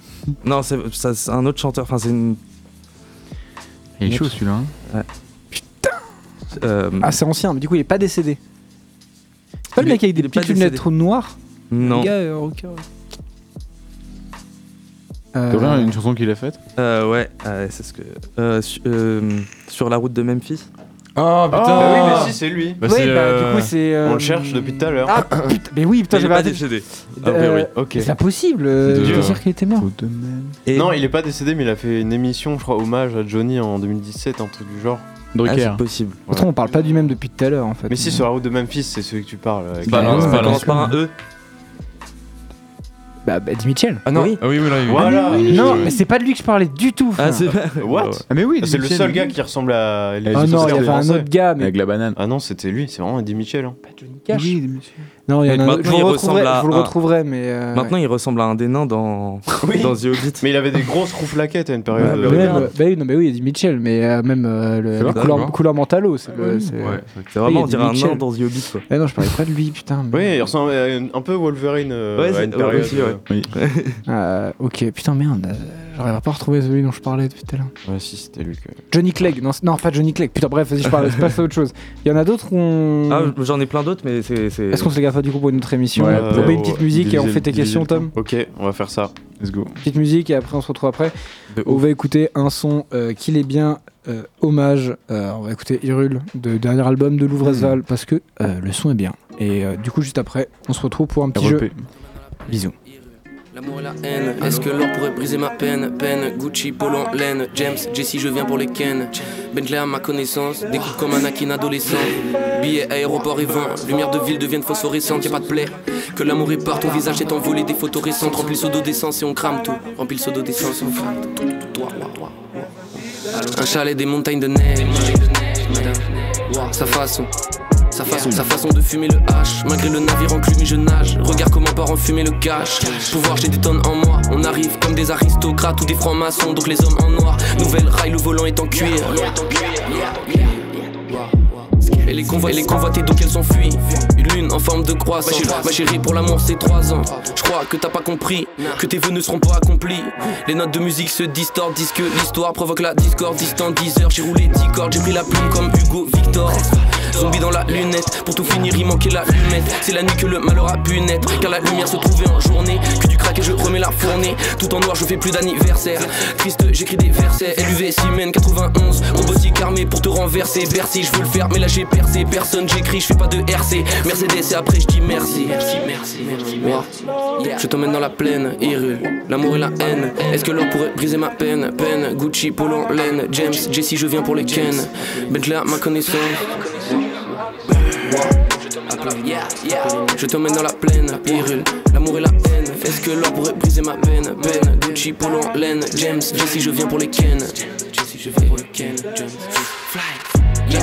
S5: Non, c'est ça, c'est un autre chanteur. Enfin, c'est une.
S4: Il est chaud celui-là. hein.
S5: euh,
S3: Ah, c'est ancien, mais du coup, il est pas décédé. C'est pas
S5: Il
S3: le mec
S5: est-
S3: avec des
S5: il est pas
S3: petites lunettes
S5: décédé.
S3: noires
S5: non.
S3: Le gars, euh, rocker.
S4: T'as rien,
S3: Euh,
S4: hein. une chanson qu'il a faite
S5: Euh, ouais, euh, c'est ce que. euh, su- euh, sur la route de Memphis
S6: Oh putain
S7: Ah, bah oui, mais si, c'est lui.
S6: Bah,
S3: oui,
S6: c'est,
S3: bah,
S6: euh,
S3: du coup, c'est. euh,
S7: On le cherche depuis tout à l'heure.
S3: Ah putain, mais oui, putain,
S5: Il est
S3: j'avais
S5: pas
S3: raté.
S5: décédé.
S6: Ah, bah,
S3: Euh,
S6: oui.
S7: Ok.
S3: C'est impossible euh,
S6: De-
S3: de dire qu'il était mort.
S4: Au domaine.
S5: Et-
S7: Non, il est pas décédé, mais il a fait une émission, je crois, hommage à Johnny en 2017, un truc du genre.
S5: Ah,
S4: Drucker.
S5: c'est possible.
S3: Pourtant, on parle pas du même depuis tout à l'heure en fait.
S7: Mais si, sur la route de Memphis, c'est celui que tu parles. avec
S3: Bah,
S7: la-
S3: non,
S5: Balance,
S3: ouais,
S5: balance
S3: ouais.
S5: par un E.
S3: Bah, bah Eddie Mitchell.
S5: Ah non.
S6: Ah oui, oui, là, il
S7: Voilà.
S6: oui, oui,
S3: non,
S6: oui.
S3: mais c'est pas de lui que je parlais du tout.
S5: Ah,
S3: frère.
S5: c'est
S7: What
S4: Ah, mais oui,
S7: C'est le
S4: Michel.
S7: seul gars qui ressemble à Elvis
S3: Ah non, il y
S7: Presley
S3: avait un
S7: français.
S3: autre gars, mais
S4: Avec la banane.
S7: Ah non, c'était lui, c'est vraiment Eddie Mitchell. hein.
S3: pas Johnny Cash.
S4: Oui, monsieur.
S3: Non, il y en a un
S5: Maintenant,
S3: autre. Je
S5: il
S3: vous le
S5: ressemble
S3: retrouverai,
S5: à
S3: je vous le
S5: un-
S3: retrouverai, mais. euh,
S5: Maintenant,
S3: ouais.
S5: il ressemble à un des nains dans,
S7: Oui.
S5: dans The Hobbit.
S7: Mais il avait des grosses rouflaquettes à une
S3: Ouais,
S7: période.
S3: bah,
S7: euh,
S3: même, euh, bah oui, non, mais oui, Eddie Mitchell, mais euh, même euh, le,
S6: C'est
S3: le
S6: vrai,
S3: couleur,
S6: d'accord.
S3: couleur mentalo, c'est le. c'est-
S6: Ouais.
S5: C'est vraiment, on
S3: Oui, il y a
S5: dirait un
S3: Mitchell.
S5: nain dans The Hobbit, quoi.
S3: Ah non, je parlais pas de lui, putain. mais-
S7: Oui, il ressemble à une- un peu Wolverine euh,
S5: Ouais, c'est-
S7: à une
S5: ouais,
S7: période.
S5: aussi, ouais.
S7: euh,
S4: Oui.
S3: Euh, ok, putain, merde. euh, J'arrive à pas à retrouver celui dont je parlais depuis tout à l'heure.
S7: euh, Ouais, si, c'était lui. que-
S3: Johnny Clegg, non, c'est- non, pas Johnny Clegg. Putain, bref, vas-y, je parle, je passe à autre chose. Il y en a d'autres où on.
S5: Ah, j'en ai plein d'autres, mais c'est. c'est-
S3: Est-ce qu'on se les garde pas du coup pour une autre émission
S4: Ouais,
S3: là
S7: euh,
S3: On met une
S7: ouais,
S3: petite musique et on
S4: divisez-
S3: fait tes
S4: divisez
S3: questions,
S4: le temps.
S3: Tom.
S7: Ok, on va faire ça.
S4: Let's go.
S3: Petite musique et après on se retrouve après. On va écouter un son euh, qu'il est bien euh, hommage. euh, on va écouter Irul, de dernier album de Louvresval, parce que euh, le son est bien. Et euh, du coup, juste après, on se retrouve pour un petit jeu.
S4: REP.
S3: Bisous.
S13: L'amour et la haine, est-ce que l'or pourrait briser ma peine Peine, Gucci, polo en laine, James, Jesse, je viens pour les Ken. Bentley à ma connaissance, des coups comme un Akin adolescent. Billets, aéroport et vent, lumière de ville deviennent phosphorescente, y a pas de plaie. Que l'amour est part, ton visage est envolé, des photos récentes. Remplis le seau d'eau d'essence et on crame tout. Remplis le seau d'eau d'essence, on crame tout. tout, tout, tout, ouah, ouah, ouah, ouah. Allô. Un chalet, des montagnes de neige, madame. Ouah, Sa façon. Sa façon, sa façon de fumer le H Malgré le navire enclume je nage Regarde comment part en fumée le cash Pouvoir j'ai des tonnes en moi On arrive comme des aristocrates ou des francs-maçons Donc les hommes en noir Nouvelle rail le volant est en cuir et les, convois, et les convoités donc elles s'enfuient Une lune en forme de croissant Ma chérie pour l'amour c'est trois ans Je crois que t'as pas compris Que tes vœux ne seront pas accomplis Les notes de musique se distordent Disent que l'histoire provoque la discorde Distant 10 heures j'ai roulé 10 cordes J'ai pris la plume comme Hugo Victor Zombie dans la lunette Pour tout finir il manquait la lunette C'est la nuit que le malheur a pu naître Car la lumière se trouvait en journée Que du crack et je remets la fournée Tout en noir je fais plus d'anniversaire Triste j'écris des versets LUV Simen 91 Robotique armée pour te renverser Bercy je veux le faire mais là j'ai percé Personne j'écris je fais pas de RC Mercedes et après je dis merci Merci merci merci Je t'emmène dans la plaine Irul L'amour et la haine Est-ce que l'or pourrait briser ma peine Peine Gucci polo en laine James Jesse je viens pour les Ken Bentley à ma connaissance je t'emmène dans la plaine, Irul, l'amour et la haine. Est-ce que l'or pourrait briser ma peine? Peine, Gucci, polo en laine. James, Jesse, je viens pour les Ken. je vais pour le Ken Jones. Fly, yeah.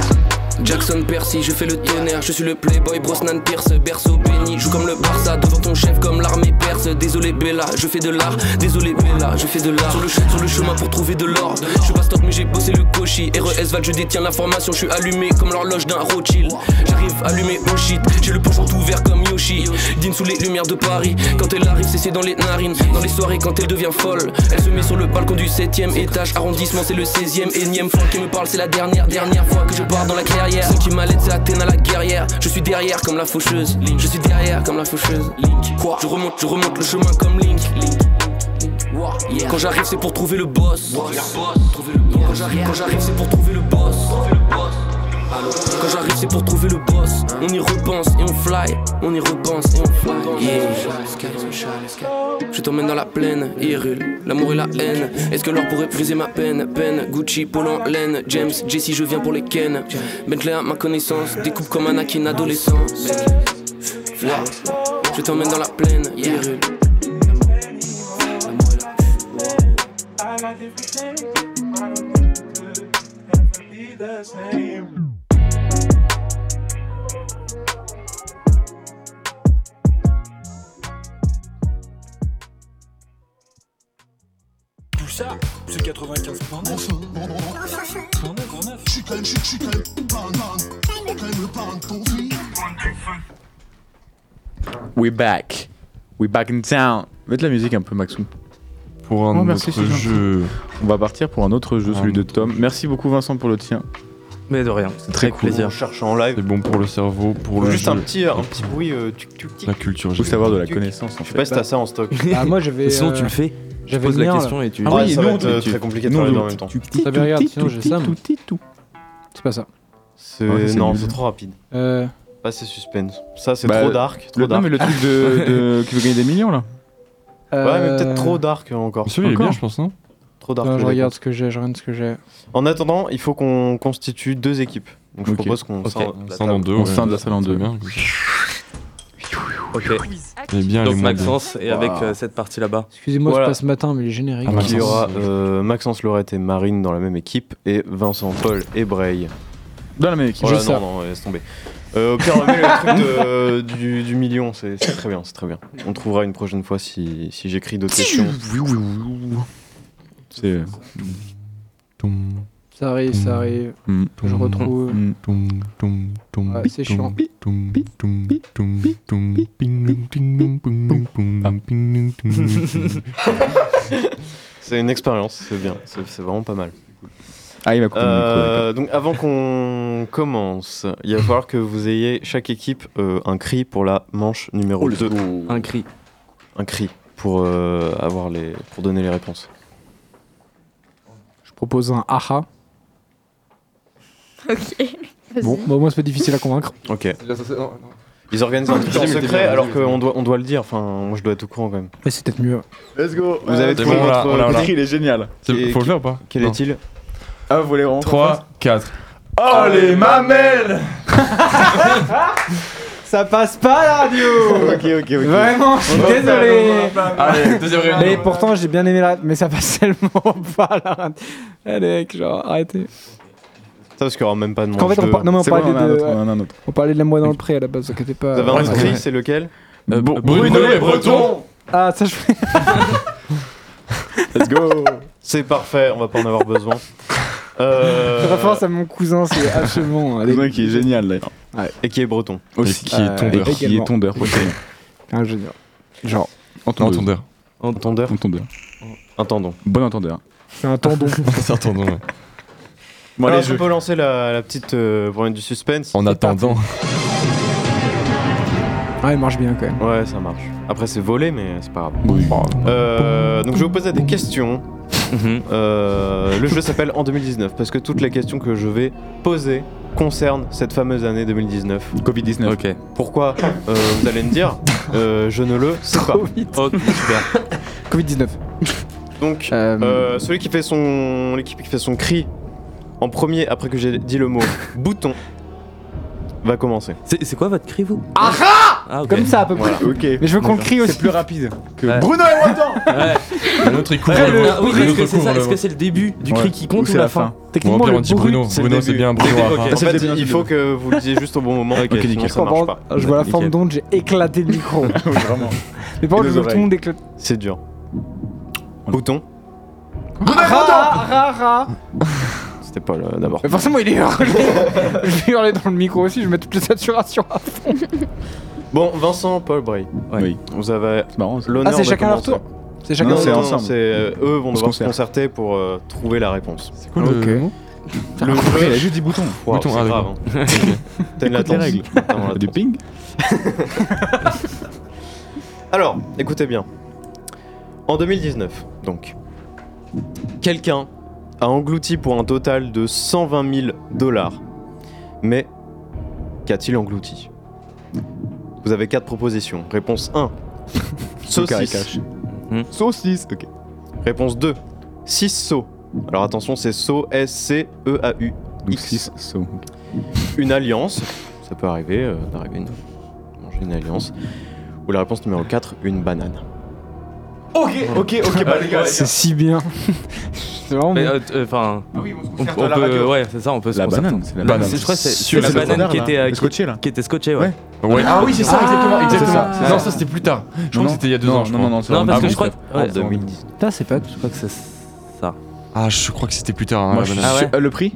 S13: Jackson Percy, je fais le tonnerre, je suis le playboy, Brosnan Pierce, berceau béni, joue comme le Barça, devant ton chef comme l'armée perse, désolé Bella, je fais de l'art, désolé Bella, je fais de l'art, sur le, ch- sur le chemin pour trouver de l'or, je bastote mais j'ai bossé le cochi, RES E Val, je détiens l'information, je suis allumé comme l'horloge d'un Rothschild, j'arrive allumé au shit, j'ai le pochon tout ouvert comme Yoshi, dîne sous les lumières de Paris, quand elle arrive c'est c'est dans les narines, dans les soirées quand elle devient folle, elle se met sur le balcon du 7ème étage, arrondissement c'est le 16ème, énième fois qui me parle, c'est la dernière, dernière fois que je pars dans la clairière. Ce qui m'allaite c'est Athéna la guerrière Je suis derrière comme la faucheuse Link. Je suis derrière comme la faucheuse Link Quoi Je remonte, je remonte le chemin comme Link, Link. Yeah. Quand j'arrive c'est pour trouver le boss, Trouver le boss. Quand j'arrive, quand j'arrive, c'est pour trouver le boss Allô. Quand j'arrive c'est pour trouver le boss On y repense et on fly On y repense et on fly Yeah. Je t'emmène dans la plaine Hyrule, l'amour et la haine Est-ce que l'or pourrait briser ma peine Peine, Gucci, Paul en laine James, Jesse je viens pour les Ken Bentley à ma connaissance Découpe comme Anakin adolescent Fly. Je t'emmène dans la plaine Hyrule
S10: Pulsar, c'est 95 points.
S11: Je suis quand même, je suis- je suis quand même banane. Quand même le parrain de ton fils.
S4: We back. We back in town. Mets de la musique un peu, Maxou.
S6: Pour un
S4: Oh, merci,
S6: autre
S4: c'est gentil.
S6: jeu.
S4: On va partir pour un autre jeu,
S6: Un
S4: celui de Tom. Merci beaucoup, Vincent, pour le tien.
S5: Mais de rien, c'est très
S4: très cool.
S5: plaisir.
S4: On
S7: cherche en live.
S6: C'est bon pour le cerveau, pour le
S7: Juste
S6: jeu.
S7: un petit, un petit bruit. Euh, tuc, tuc, tic.
S6: La culture.
S4: Faut
S6: générale.
S4: savoir de la connaissance. En
S7: Je
S4: fait.
S7: sais pas si t'as ça en stock.
S3: Ah, moi, je vais, Sinon, euh, tu le fais. je j'avais pose le la mien, question là. et tu- Ah oui,
S7: Ouais, ça
S3: nous,
S7: va
S3: on
S7: être,
S3: te-
S7: euh,
S3: tu-
S7: très compliqué de
S3: nous, on
S7: travailler
S3: te-
S7: en même temps.
S3: Ça me regarde, sinon j'ai ça. moi. C'est pas ça.
S7: C'est-
S4: Ouais, c'est
S7: non,
S4: nul.
S7: c'est trop rapide.
S3: Euh.
S7: Pas c'est suspense. Ça, c'est
S4: Bah,
S7: trop dark. Trop
S4: le-
S7: dark.
S4: Non, mais le truc de, de- qui veut gagner des millions là.
S3: euh,
S7: Ouais, mais peut-être trop dark encore.
S6: Celui il est bien, je pense, non
S7: Trop dark.
S3: Non,
S7: le
S3: je
S7: deck.
S3: regarde ce que j'ai, je regarde ce que j'ai.
S7: En attendant, il faut qu'on constitue deux équipes. Donc je
S4: Ok.
S7: propose qu'on
S6: Ok.
S7: scinde
S6: On
S7: la
S6: scinde en
S7: table.
S6: deux.
S4: On
S6: ouais.
S4: scinde la salle en deux.
S6: Bien.
S5: Ok.
S6: Il est bien,
S5: Donc
S6: les mots.
S5: Maxence et avec
S7: Waouh.
S5: euh, cette partie là-bas.
S3: Excusez-moi,
S7: Voilà.
S3: je passe matin, mais les génériques.
S7: Donc, il y aura euh, Maxence Laurette et Marine dans la même équipe et Vincent Paul et Bray.
S4: Dans la même équipe.
S7: Voilà,
S4: J'ai ça.
S7: non, non, laisse tomber. Euh, au pire, remets le truc de, euh, du, du million, c'est c'est très bien, c'est très bien. On trouvera une prochaine fois si, si j'écris d'autres questions.
S4: C'est.
S3: Ça arrive, ça arrive.
S4: hmm.
S3: Je retrouve. Ouais, c'est chiant.
S7: C'est une expérience, c'est bien, c'est c'est vraiment pas mal.
S4: Ah, il m'a coupé le micro.
S7: Euh, donc avant qu'on commence, il va falloir que vous ayez chaque équipe euh, un cri pour la manche numéro 2.
S5: Un cri.
S7: Un cri pour, euh, avoir les, pour donner les réponses.
S3: Je propose un aha.
S8: Ok. Vas-y.
S3: Bon, bah, au moins, c'est pas difficile à convaincre.
S7: Ok. Ils organisent un truc en secret alors qu'on doit, on doit le dire, enfin moi je dois être au courant quand même.
S3: Mais c'est peut-être mieux.
S4: Let's go.
S7: Vous avez
S6: c'est
S7: trouvé
S6: bon, on l'a,
S7: votre
S6: on l'a, on l'a.
S4: Le tri, il est génial.
S6: C'est- Faut le faire ou pas
S7: Quel est-il
S4: Ah, vous voulez rentrer
S6: 3, 4.
S4: Oh les mamelles
S3: Ça passe pas la radio
S7: Ok, ok, ok.
S3: Vraiment, je suis désolé
S6: Allez, deuxième
S3: Mais
S6: réunion.
S3: pourtant, j'ai bien aimé la. Mais ça passe tellement pas la radio. Allez, genre, arrêtez.
S7: Ça parce qu'il n'y aura même pas de manche
S3: Qu'en fait, on,
S7: deux.
S3: par- non, mais on
S4: C'est bon,
S3: parlait
S4: on a un
S3: de.
S4: autre, on en a un autre.
S3: on parlait de la moi dans le pré à la base, donc c'était pas.
S7: Vous avez un autre
S3: euh, Ouais.
S7: cri, c'est lequel
S6: Bon,
S4: Euh, Bruno et Breton
S3: Ah, ça, je fais.
S4: Let's go
S7: C'est parfait, on va pas en avoir besoin. Euh,
S3: Référence à mon cousin, c'est absolument. euh,
S4: Le
S3: Allez.
S4: mec qui est génial là.
S7: Et qui est breton.
S4: Aussi.
S6: qui est
S4: Et
S6: tondeur.
S3: Euh,
S4: qui est tondeur.
S3: Ingénieur. Genre,
S4: En
S6: Non,
S4: tondeur.
S6: tondeur.
S7: Un tondeur
S4: En tondeur.
S7: Un tendon.
S4: Bon entendeur.
S3: c'est un tendon.
S6: C'est un tendon, ouais.
S4: Bon,
S7: Alors,
S4: allez,
S7: je
S4: je.
S7: peux lancer la, la petite euh, pour mettre du suspense
S6: En attendant.
S3: Ah, il marche bien quand même.
S7: Ouais, ça marche. Après, c'est volé, mais c'est pas grave.
S6: Oui.
S7: Euh, donc, je vais vous poser des questions.
S6: Mhm.
S7: Euh, le jeu s'appelle En 2019 parce que toutes les questions que je vais poser concernent cette fameuse année 2019.
S4: Covid-19.
S5: Ok.
S7: Pourquoi euh, Vous allez me dire, euh, je ne le sais pas.
S5: Ok, super.
S3: Covid-19.
S7: Donc,
S3: Euh,
S7: euh, celui qui fait son. L'équipe qui fait son cri en premier après que j'ai dit le mot bouton va commencer.
S5: C'est quoi votre cri, vous
S3: Ah ah
S5: Ah, ok.
S3: Comme ça à peu près.
S5: Voilà. Ok.
S3: Mais je veux qu'on le
S5: D'accord.
S3: crie aussi.
S5: C'est plus
S4: rapide.
S5: que- Ouais.
S3: Bruno et Watan
S5: Ouais.
S6: L'autre, il court.
S5: Ouais, le-
S6: l'avant.
S5: oui,
S6: Et
S5: est-ce
S6: l'autre
S5: que c'est
S6: court
S5: ça Est-ce
S6: l'avant.
S5: que c'est le début du
S6: Ouais.
S5: cri qui compte ou,
S6: c'est
S5: la fin,
S6: Bon, au pire, on dit Bruno. Bruno, Ah, c'est bien. Bruno, à la fin.
S7: En fait, il faut que vous le disiez juste au bon moment.
S6: Ok,
S7: sinon
S6: nickel.
S7: ça marche pas.
S3: Je vois la forme d'onde, j'ai éclaté le micro.
S7: Vraiment.
S3: Mais par contre, je veux que tout le monde éclate.
S7: C'est dur. Bouton.
S3: Bruno et
S4: Ah,
S3: Watan Ra, ra.
S7: C'était pas le d'abord.
S3: Mais forcément, il est hurlé. je vais hurler dans le micro aussi, je mets toutes les saturations à fond.
S7: Bon, Vincent, Paul, Bray.
S4: Oui.
S7: Vous avez l'honneur
S3: Ah, c'est
S7: de
S3: chacun leur
S7: commencer.
S3: tour C'est chacun
S7: Non,
S3: leur
S7: non,
S3: tour.
S7: non, c'est, euh, eux vont
S4: On se
S7: devoir se
S4: concerte.
S7: concerter pour euh, trouver la réponse. C'est
S6: quoi le Ok. mot
S7: Le jeu.
S4: Il a juste dit bouton.
S7: Waouh,
S6: Bouton,
S7: c'est
S6: ah,
S7: grave.
S6: d'accord.
S7: hein. T'as une
S4: Écoute les
S7: latence.
S4: règles.
S7: T'as une
S4: Des
S7: latence.
S4: ping
S7: Alors, écoutez bien. En 2019, donc, quelqu'un a englouti pour un total de 120 000 dollars. Mais qu'a-t-il englouti Vous avez quatre propositions. Réponse 1, saucisse. Saucisse, ok. Réponse 2, 6 sauts. Alors attention, c'est saut S-C-E-A-U.
S4: Donc 6 sauts.
S7: Une alliance, ça peut arriver euh, d'arriver une... manger une alliance. Ou la réponse numéro 4, une banane.
S3: Ok,
S7: ok, ok, bah, les gars, les
S3: C'est
S7: gars.
S3: si bien. c'est vraiment.
S5: Mais,
S3: bon.
S5: euh, t- euh, enfin, on,
S3: concerte
S5: on
S3: à la
S5: peut,
S3: radio.
S5: ouais, c'est ça, on peut se
S4: La
S5: concerter.
S4: banane, c'est la
S5: Bah,
S4: banane.
S5: c'est- Je crois que c'est
S4: Sur
S5: sur la
S4: le
S5: banane
S4: standard,
S5: qui
S4: là,
S5: était, euh,
S4: qui est
S5: qui-
S4: scotché, là.
S5: qui était scotchée, ouais.
S6: Ouais.
S4: Ah oui, c'est ça, exactement, exactement.
S6: C'est ça. Non, ça c'était plus tard. Je crois que c'était il y a deux
S4: Non,
S6: ans. je
S4: non,
S6: crois.
S4: non, non, c'est
S5: Non,
S4: en
S5: parce que
S4: 2019.
S5: je crois.
S4: En
S5: ouais.
S4: 2010.
S3: Putain, c'est pas.
S5: Je crois que c'est ça.
S6: Ah, je crois que c'était plus tard. hein,
S4: Moi,
S6: la
S4: je
S6: banane.
S4: suis- euh, Le prix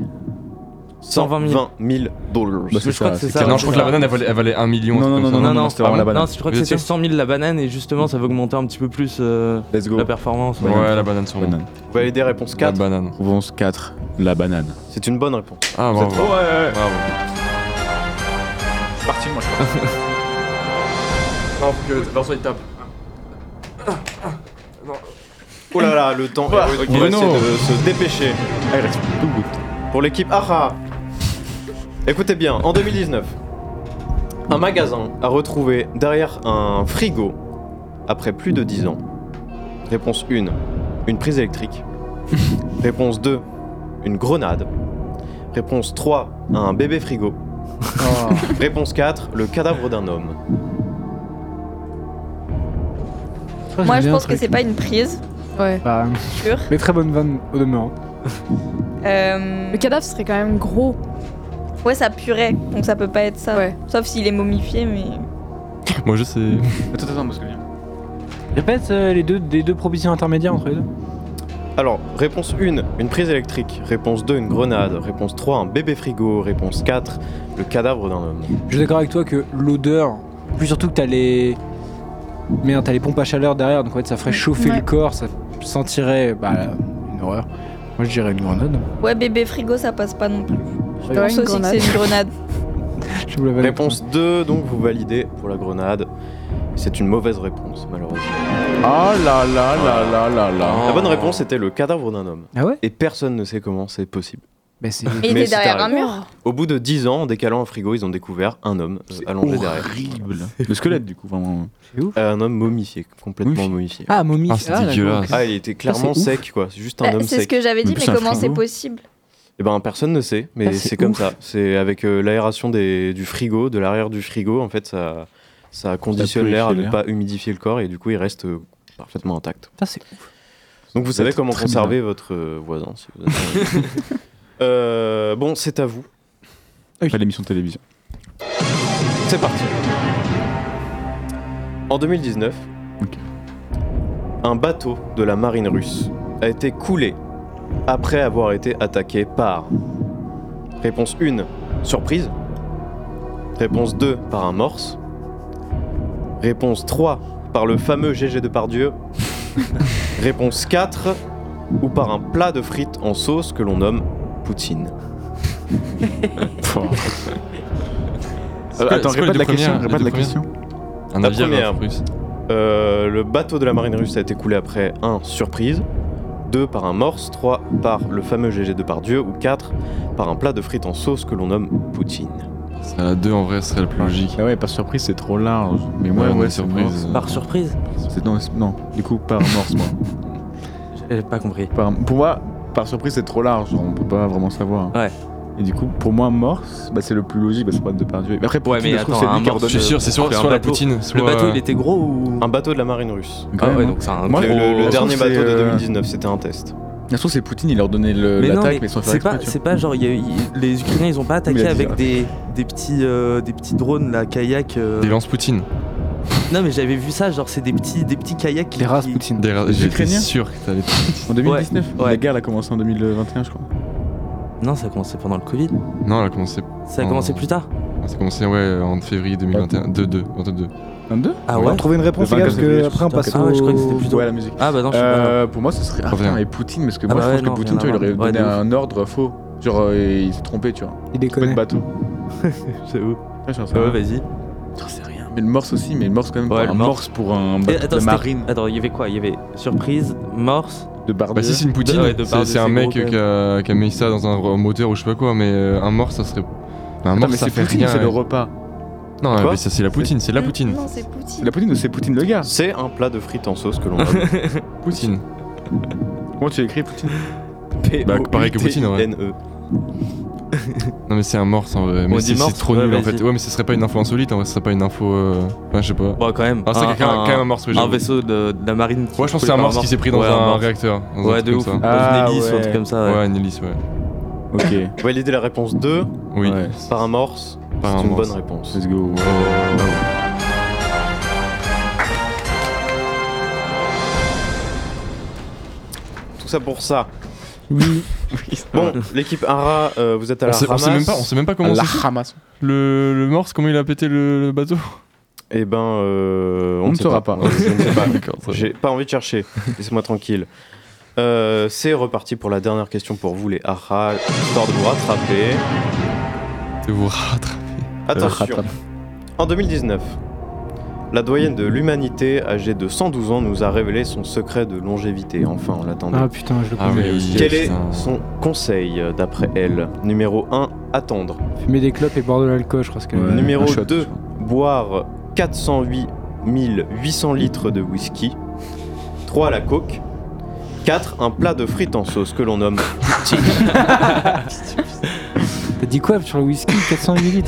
S5: 120 000.
S7: 000 dollars.
S5: Bah, c'est je crois que c'est ça.
S6: Non, je crois que la banane elle valait, elle valait 1 million.
S4: Non,
S6: un truc
S4: non,
S6: comme ça.
S4: non, non, c'était vraiment la banane.
S5: Non, je crois que
S6: Vous êtes
S5: c'était
S6: sûr
S5: 100 000 la banane et justement ça va augmenter un petit peu plus euh,
S4: Let's go.
S5: la performance.
S6: Ouais, la banane sur
S4: Banane.
S7: Validez réponse
S6: La
S7: 4.
S6: banane.
S4: Réponse 4. La banane.
S7: C'est une bonne réponse.
S6: Ah,
S7: Vous êtes
S6: bravo.
S7: fort.
S6: Bravo.
S4: C'est parti, moi je
S6: Non, faut que Vincent il tape.
S7: Oh là là, le temps.
S6: Bah,
S7: est rude.
S6: ok.
S7: On va
S6: Bruno.
S7: essayer de se dépêcher. Pour l'équipe Aha. Écoutez bien, en 2019, un magasin a retrouvé derrière un frigo, après plus de 10 ans, réponse 1, une prise électrique. réponse 2, une grenade. Réponse 3, un bébé frigo. réponse 4, le cadavre d'un homme.
S3: euh,
S8: Moi, je pense que c'est pas une prise.
S14: Ouais.
S3: Bah,
S8: Sûr.
S3: mais très bonne vanne au demeurant.
S14: Le cadavre serait quand même gros.
S8: Euh, Ouais, ça purait, donc ça peut pas être ça. Sauf s'il est momifié, mais.
S6: Moi je sais.
S4: Attends, attends, parce que
S3: Répète euh, les, deux, les deux propositions intermédiaires entre les deux.
S7: Alors, réponse 1, une prise électrique. Réponse 2, une grenade. Réponse 3, un bébé frigo. Réponse 4, le cadavre d'un homme.
S3: Je suis d'accord avec toi que l'odeur, plus surtout que t'as les. Merde, t'as les pompes à chaleur derrière, donc en fait ça ferait chauffer
S8: Ouais.
S3: le corps, ça sentirait. Bah, une horreur. Moi je dirais une grenade.
S8: Ouais, bébé frigo, ça passe pas non plus. Je
S14: Ouais,
S8: pense
S14: une
S8: aussi que
S14: grenade.
S8: c'est une grenade.
S3: Je vous l'avais
S7: Réponse 2, donc vous validez pour la grenade. C'est une mauvaise réponse, malheureusement.
S4: Ah là là là là là là.
S7: La bonne réponse était le cadavre d'un homme.
S3: Ah ouais
S7: Et personne ne sait comment c'est possible.
S3: Bah, c'est.
S8: Et il
S7: Mais
S8: est
S7: c'est
S8: derrière un
S7: arrivé.
S8: mur.
S7: Au bout de 10 ans, en décalant un frigo, ils ont découvert un homme euh, allongé derrière.
S4: Horrible. Le squelette, du coup, vraiment.
S7: Euh, un homme momifié, complètement momifié.
S3: Ah, momie.
S6: Ah, c'est dégueulasse.
S7: Ah, il était clairement
S3: c'est ouf.
S7: sec, quoi. C'est juste un
S8: Bah,
S7: homme sec.
S8: c'est ce que j'avais dit, mais,
S7: c'est un
S8: comment c'est
S7: frigo.
S8: possible
S7: Eh ben personne ne sait, mais
S3: Ah, c'est
S7: c'est comme
S3: ouf.
S7: ça. C'est avec euh, l'aération des- du frigo, de l'arrière du frigo, en fait, ça, ça conditionne l'air à
S4: purifie
S7: ne
S4: l'air.
S7: pas humidifier le corps et du coup, il reste euh, parfaitement intact.
S3: Putain, c'est ouf.
S7: Donc vous savez
S4: êtes
S7: comment
S4: très
S7: conserver votre euh, voisin. Si vous êtes- Euh, bon, c'est à vous.
S4: Pas l'émission de télévision.
S7: C'est parti. En 2019, un bateau de la marine russe a été coulé après avoir été attaqué par. Réponse 1, surprise. Réponse 2, par un morse. Réponse 3, par le fameux GG de Pardieu. Réponse 4, ou par un plat de frites en sauce que l'on nomme Poutine.
S6: quoi-
S4: attends,
S6: c'est quoi les
S4: répète
S6: deux
S4: la
S6: premières-
S4: question.
S6: les
S4: Répète
S6: deux
S4: la
S6: premières
S4: question.
S6: Un
S7: La
S6: navire
S7: première.
S6: russe.
S7: Euh, le bateau de la marine russe a été coulé après 1. Surprise. 2. Par un morse. 3. Par le fameux GG de Pardieu. Ou 4. Par un plat de frites en sauce que l'on nomme Poutine.
S6: À la 2 en vrai, ce serait le plus logique.
S4: Ah ouais, par surprise, c'est trop large. Mais
S6: Ouais,
S4: moi,
S6: ouais,
S4: ouais, c'est
S6: surprise.
S4: morse.
S5: Par surprise
S4: C'est- Non, c'est- non, du coup, par morse, moi.
S5: J'ai pas compris.
S4: Par- pour moi, par surprise, c'est trop large. On peut pas vraiment savoir.
S5: Ouais.
S4: Et du coup, pour moi, Morse, bah, c'est le plus logique, bah, c'est pas de Pardieu. Mais après, pour
S5: Ouais, mais
S4: je trouve,
S5: attends,
S4: c'est
S5: un
S4: lui qui
S5: Morse,
S4: ordonne
S5: je suis sûr,
S4: le-
S5: c'est soit- Ah, soit un la bateau. poutine, Le soit- bateau, il était gros ou-
S7: Un bateau de la marine russe.
S4: Ah ouais, donc c'est un Moi,
S7: le,
S4: gros-
S7: le
S4: je
S7: dernier
S4: trouve que
S7: bateau
S4: c'est,
S7: de
S4: euh,
S7: 2019, c'était un test.
S12: Bien sûr, c'est Poutine, il leur donnait le-
S5: Mais non,
S12: l'attaque,
S5: mais
S12: mais, sans le faire
S5: c'est pas,
S12: exprès, tu
S5: c'est pas genre, il y a eu- il- les Ukrainiens ils ont pas attaqué
S12: dit
S5: avec
S12: ça.
S5: des, des, petits, euh, des petits drones là, kayak. euh.
S6: Des lance Poutine.
S5: Non mais j'avais vu ça, genre c'est des petits, des petits kayaks. Qui, des races
S6: Poutine. Des ra-
S5: Les
S6: J'étais
S5: Ukrainiens
S6: sûr que t'allais.
S4: En 2019
S5: Ouais.
S4: La guerre, elle a commencé en 2021, je crois.
S5: Non, ça a commencé pendant le Covid.
S6: Non, elle a commencé.
S5: Ça a commencé
S6: en-
S5: plus tard
S6: Ça a commencé, ouais, en février 2021. 2-2. 22.
S4: 22
S5: Ah ouais
S3: On va trouver une réponse, les gars, parce que après on passe au.
S5: Ah ouais, je crois que c'était plutôt.
S4: Ouais, la musique.
S5: Ah bah non, je suis pas là.
S4: Euh, pour moi, ce serait. Ah,
S5: Reviens.
S4: putain, et Poutine, parce que
S5: Ah
S4: moi,
S5: bah
S4: je
S5: ouais,
S4: pense
S5: non,
S4: que Poutine,
S5: rien
S4: toi,
S5: à
S4: il aurait
S5: voir. Ouais,
S4: donné
S5: de ouf.
S4: un ordre faux. Genre, euh, il s'est trompé, tu vois.
S3: Il
S4: déconne. Pas de bateau.
S5: J'avoue.
S4: Ouais, j'en sais
S5: Ouais,
S4: rien.
S5: vas-y.
S4: euh, J'en sais rien. Mais le morse aussi, mais le morse quand même. pas un morse pour un
S5: Et
S4: bateau
S5: attends,
S4: de
S5: c'était-
S4: marine.
S5: Attends, il y avait quoi Il y avait surprise, morse.
S4: De Barbe.
S6: Bah si c'est une poutine,
S5: ouais, de
S6: c'est-
S5: Barbe,
S6: c'est un mec
S5: gros, quand
S6: qui a, qui a mis ça dans un ro- moteur ou je sais pas quoi, mais euh, un mort ça serait... Un
S4: Attends,
S6: mort
S4: mais
S6: ça
S4: c'est
S6: fait
S4: Poutine,
S6: rien.
S4: c'est le
S6: ouais.
S4: repas.
S6: Non,
S4: Quoi
S6: mais ça c'est la poutine, c'est la poutine.
S8: Non, c'est Poutine.
S4: La poutine ou c'est Poutine le gars
S7: C'est un plat de frites en sauce que l'on a.
S6: Bah, Poutine.
S4: Comment tu écris Poutine
S6: Bah, pareil que Poutine, ouais.
S7: P-O-U-T-I-N-E.
S6: Non mais c'est un morse en vrai.
S5: On
S6: Mais
S5: dit
S6: c'est c'est
S5: morse
S6: trop
S5: Ouais,
S6: nul en
S5: vas-y.
S6: fait. Ouais mais ce serait pas une info insolite en vrai, ce serait pas une info... euh, Enfin je sais pas.
S5: Bon, quand même.
S6: Ah c'est quand même- quand même un morse, oui.
S5: Un
S6: j'avoue.
S5: vaisseau de, de la marine.
S6: Ouais je pense que c'est un morse qui s'est pris dans
S5: Ouais,
S6: un
S5: morse.
S6: réacteur. dans un
S5: Ouais,
S6: truc
S5: de
S6: comme
S5: ouf. Dans
S6: ça.
S4: Ah,
S5: une hélice ou un
S4: ouais.
S5: truc comme ça.
S6: Ouais, une hélice, ouais.
S4: Ok.
S7: Valider la réponse 2
S6: Oui.
S4: Ouais.
S7: par un morse.
S6: Par un
S7: C'est une
S6: morse.
S7: bonne réponse.
S4: Let's go.
S7: Tout ça pour ça.
S3: Oui.
S7: Bon, l'équipe Ara, euh, vous êtes à
S6: On
S7: la
S6: sait, on
S7: ramasse.
S6: sait même pas, on sait même pas comment
S7: À la
S6: c'est fait.
S4: ramasse.
S6: Le, le morse, comment il a pété le, le bateau
S7: Eh ben, euh,
S6: On
S7: ne
S6: ne
S7: sait
S6: saura pas.
S7: Ouais, je ne sais pas.
S6: D'accord, ça va.
S7: J'ai pas envie de chercher. Laissez-moi tranquille. Euh, c'est reparti pour la dernière question pour vous, les Ara, histoire de vous rattraper.
S3: Euh,
S6: De vous rattraper.
S7: Attention.
S6: rattrape.
S7: En 2019, la doyenne de l'humanité, âgée de 112 ans, nous a révélé son secret de longévité. Enfin, on l'attendait.
S3: Ah, putain, je le Ah connais oui, aussi.
S7: Quel est
S3: putain.
S7: son conseil d'après elle Numéro 1, attendre.
S3: Fumer des clopes et boire de l'alcool, je crois ce qu'elle avait.
S7: Numéro 2, boire 408 800 litres de whisky. 3, la coke. 4, un plat de frites en sauce que l'on nomme poutine.
S3: T'as dit quoi sur le whisky 400 ml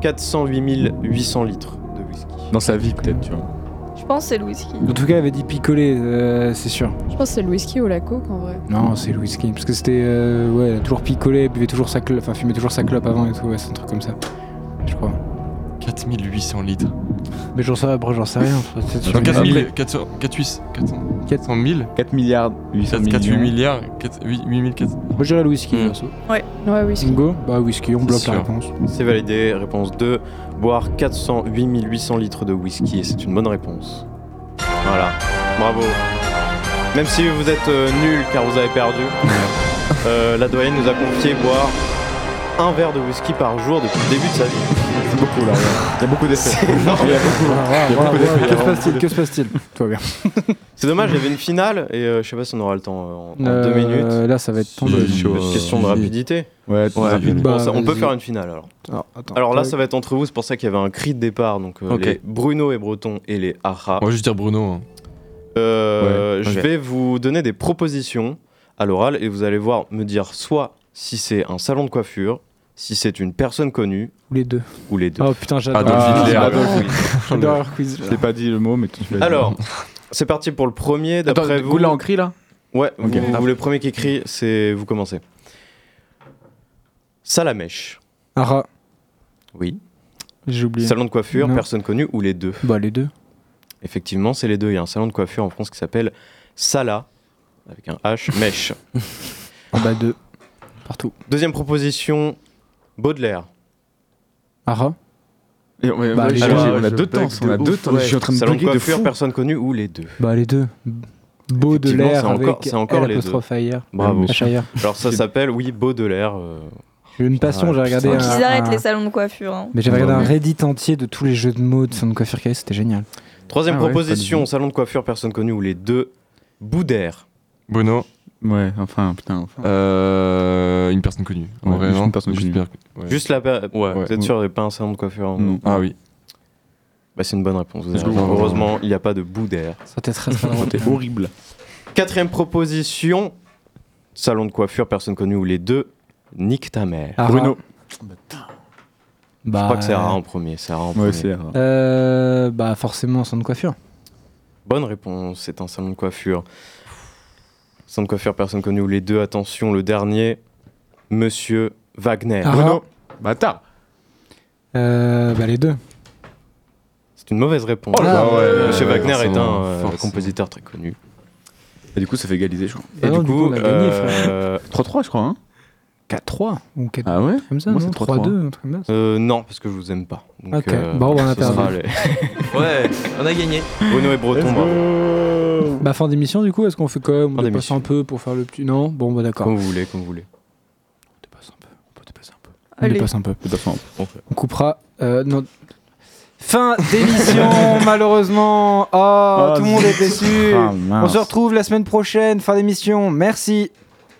S7: 408 800 litres de whisky.
S4: Dans sa vie, peut-être, tu vois.
S8: Je pense que c'est le whisky.
S3: En tout cas, elle avait dit picoler, euh, c'est sûr.
S14: Je pense que c'est le whisky ou la coke en vrai.
S3: Non, c'est le whisky. Parce que c'était. euh, ouais, elle a toujours picolé, buvait toujours sa clope, enfin, fumait toujours sa clope avant et tout, ouais, c'est un truc comme ça. Je crois.
S6: 4800 litres.
S3: Mais j'en sais, après, j'en sais rien. enfin, c'est sûr.
S6: Non, 4000, 400, 400, 400 000
S4: 4 milliards, 800
S6: 4, 8
S4: millions.
S6: milliards, 4, 8, 400.
S3: Moi, je dirais le whisky,
S6: Mm.
S3: perso.
S8: Ouais.
S14: Ouais, whisky.
S3: Bingo Bah, whisky, on
S6: C'est
S3: bloque
S6: sûr.
S3: la réponse.
S7: Hmm. C'est validé. Réponse 2, boire 408 800 litres de whisky. Et c'est une bonne réponse. Voilà. Bravo. Même si vous êtes euh, nul car vous avez perdu, euh, la doyenne nous a confié boire un verre de whisky par jour depuis le début de sa vie. C'est beaucoup là.
S4: Il y a beaucoup d'effets.
S7: Il y a beaucoup.
S3: Voilà,
S7: Il y a
S3: voilà,
S7: beaucoup d'effets,
S3: voilà,
S7: il y a
S3: Que se
S7: vraiment
S3: passe-t-il
S7: beaucoup
S3: Que se passe-t-il Tout va bien.
S7: C'est dommage, il y avait une finale et euh, je sais pas si on aura le temps euh, en- en, deux
S3: Euh,
S7: minutes.
S3: Là, ça va être tendu.
S7: Petite
S4: euh,
S7: question de rapidité.
S4: Ouais,
S7: Ouais,
S3: rapide.
S7: bon, ça-
S3: Bah,
S7: on peut
S3: vas-y.
S7: faire une finale alors.
S3: Alors, attends,
S7: alors là,
S3: tac.
S7: ça va être entre vous, c'est pour ça qu'il y avait un cri de départ. Donc euh,
S6: Ok.
S7: les Bruno et Breton et les Aha.
S6: Moi, je vais dire Bruno. hein.
S7: Euh,
S6: Ouais,
S7: Je
S6: ok.
S7: vais vous donner des propositions à l'oral et vous allez voir me dire soit si c'est un salon de coiffure, si c'est une personne connue
S3: Ou les deux.
S7: ou les deux.
S3: Oh putain, j'adore.
S7: Ah, Adolf Hitler.
S4: Ah, Adolf
S7: Hitler.
S3: J'adore leur quiz.
S4: Je t'ai pas dit le mot, mais tu l'as dit.
S7: Alors, c'est parti pour le premier. D'après vous,
S4: Goula en cri là
S7: Ouais,
S4: Ok.
S7: vous, vous, le premier qui crie, c'est vous commencez. Salamèche.
S3: Ara,
S7: Oui.
S3: j'ai oublié.
S7: Salon de coiffure,
S3: Non.
S7: personne connue ou les deux
S3: Bah, les deux.
S7: Effectivement, c'est les deux. Il y a un salon de coiffure en France qui s'appelle Sala, avec un H, mèche.
S3: Ah, bah, deux. Partout.
S7: Deuxième proposition, Baudelaire.
S3: Ara
S4: Et on,
S3: Bah,
S4: je-
S3: les
S4: on
S3: deux.
S4: a
S3: Je
S4: deux temps,
S3: bug
S4: on a
S3: de
S4: deux
S3: ouf,
S4: temps.
S3: ouais.
S4: Je suis en train de
S7: Salon de
S4: bugger de
S7: coiffure,
S4: fou.
S7: personne connue ou les deux
S3: Bah, les deux.
S7: Effectivement,
S3: Baudelaire
S7: c'est encore-
S3: avec
S7: c'est encore les deux.
S3: l'apostrophe ailleurs.
S7: Bravo.
S3: Achaillère.
S7: Alors ça s'appelle, oui, Baudelaire. euh,
S3: J'ai eu une passion,
S7: Ah,
S3: j'ai regardé. un-
S7: putain. Qu'ils
S8: Ils arrêtent
S3: un-
S8: les salons de coiffure. hein.
S3: Mais j'avais regardé un
S8: Ouais.
S3: Reddit entier de tous les jeux de mots de son de coiffure qu'il y avait, c'était génial.
S7: Troisième
S3: Ah ouais,
S7: proposition, salon de coiffure, personne connue ou les deux Boudère.
S6: Bruno.
S4: Ouais, enfin, putain. enfin.
S6: Euh, une personne connue. En
S4: Ouais,
S6: vrai,
S4: juste
S6: non
S4: une personne
S6: Juste
S4: connue.
S6: per- ouais.
S7: Juste la. per-
S6: Ouais.
S7: Vous êtes
S6: Ouais.
S7: sûr, il n'y a pas un salon de coiffure en-
S4: Non.
S6: Ah oui.
S7: Bah, c'est une bonne réponse. vous avez
S6: Let's go.
S7: raison. Heureusement, il n'y a pas de Boudère.
S3: Ça t'est très très drôle.
S4: C'était Ah, horrible.
S7: Quatrième proposition, salon de coiffure, personne connue ou les deux Nique ta mère.
S3: Ah,
S7: Bruno.
S3: Bah,
S7: Je crois que c'est
S3: euh,
S7: Rara en premier. C'est Rara en premier.
S3: Euh, bah forcément, centre de coiffure.
S7: Bonne réponse, c'est un salon de coiffure. Salon de coiffure, personne connue ou les deux, attention, le dernier, Monsieur Wagner.
S3: Ah. Bruno.
S7: Bâtard
S3: Euh, bah les deux.
S7: C'est une mauvaise réponse.
S3: Oh là là, Ah ouais, ouais,
S7: Monsieur
S3: ouais,
S7: Wagner est
S3: forcément,
S7: un euh,
S3: forcément.
S7: compositeur très connu. Et du coup, ça fait égaliser, je crois.
S3: Bah non, du coup, on a gagné,
S7: euh,
S4: 3-3, je crois. Hein
S3: 4-3 ou quelque
S7: ah ouais
S3: comme ça, non 3-2, un truc comme ça.
S7: euh, Non, parce que je vous aime pas. Donc,
S3: Ok,
S7: euh,
S3: bon, bah, on a
S7: ce sera
S3: perdu.
S7: les-
S13: Ouais, on a gagné.
S7: Bruno et Breton, bravo.
S3: Bah fin d'émission du coup, est-ce qu'on fait quand même
S7: Fin
S3: On dépasse un peu pour faire le petit... Non Bon bah d'accord.
S7: Comme vous voulez, comme vous voulez.
S3: On
S7: Allez.
S3: dépasse un peu.
S7: On dépasse un peu.
S3: On coupera... euh, non. Fin d'émission malheureusement. Oh,
S4: Ah,
S3: tout le monde est déçu.
S4: ah, mince.
S3: on se retrouve la semaine prochaine, fin d'émission. Merci.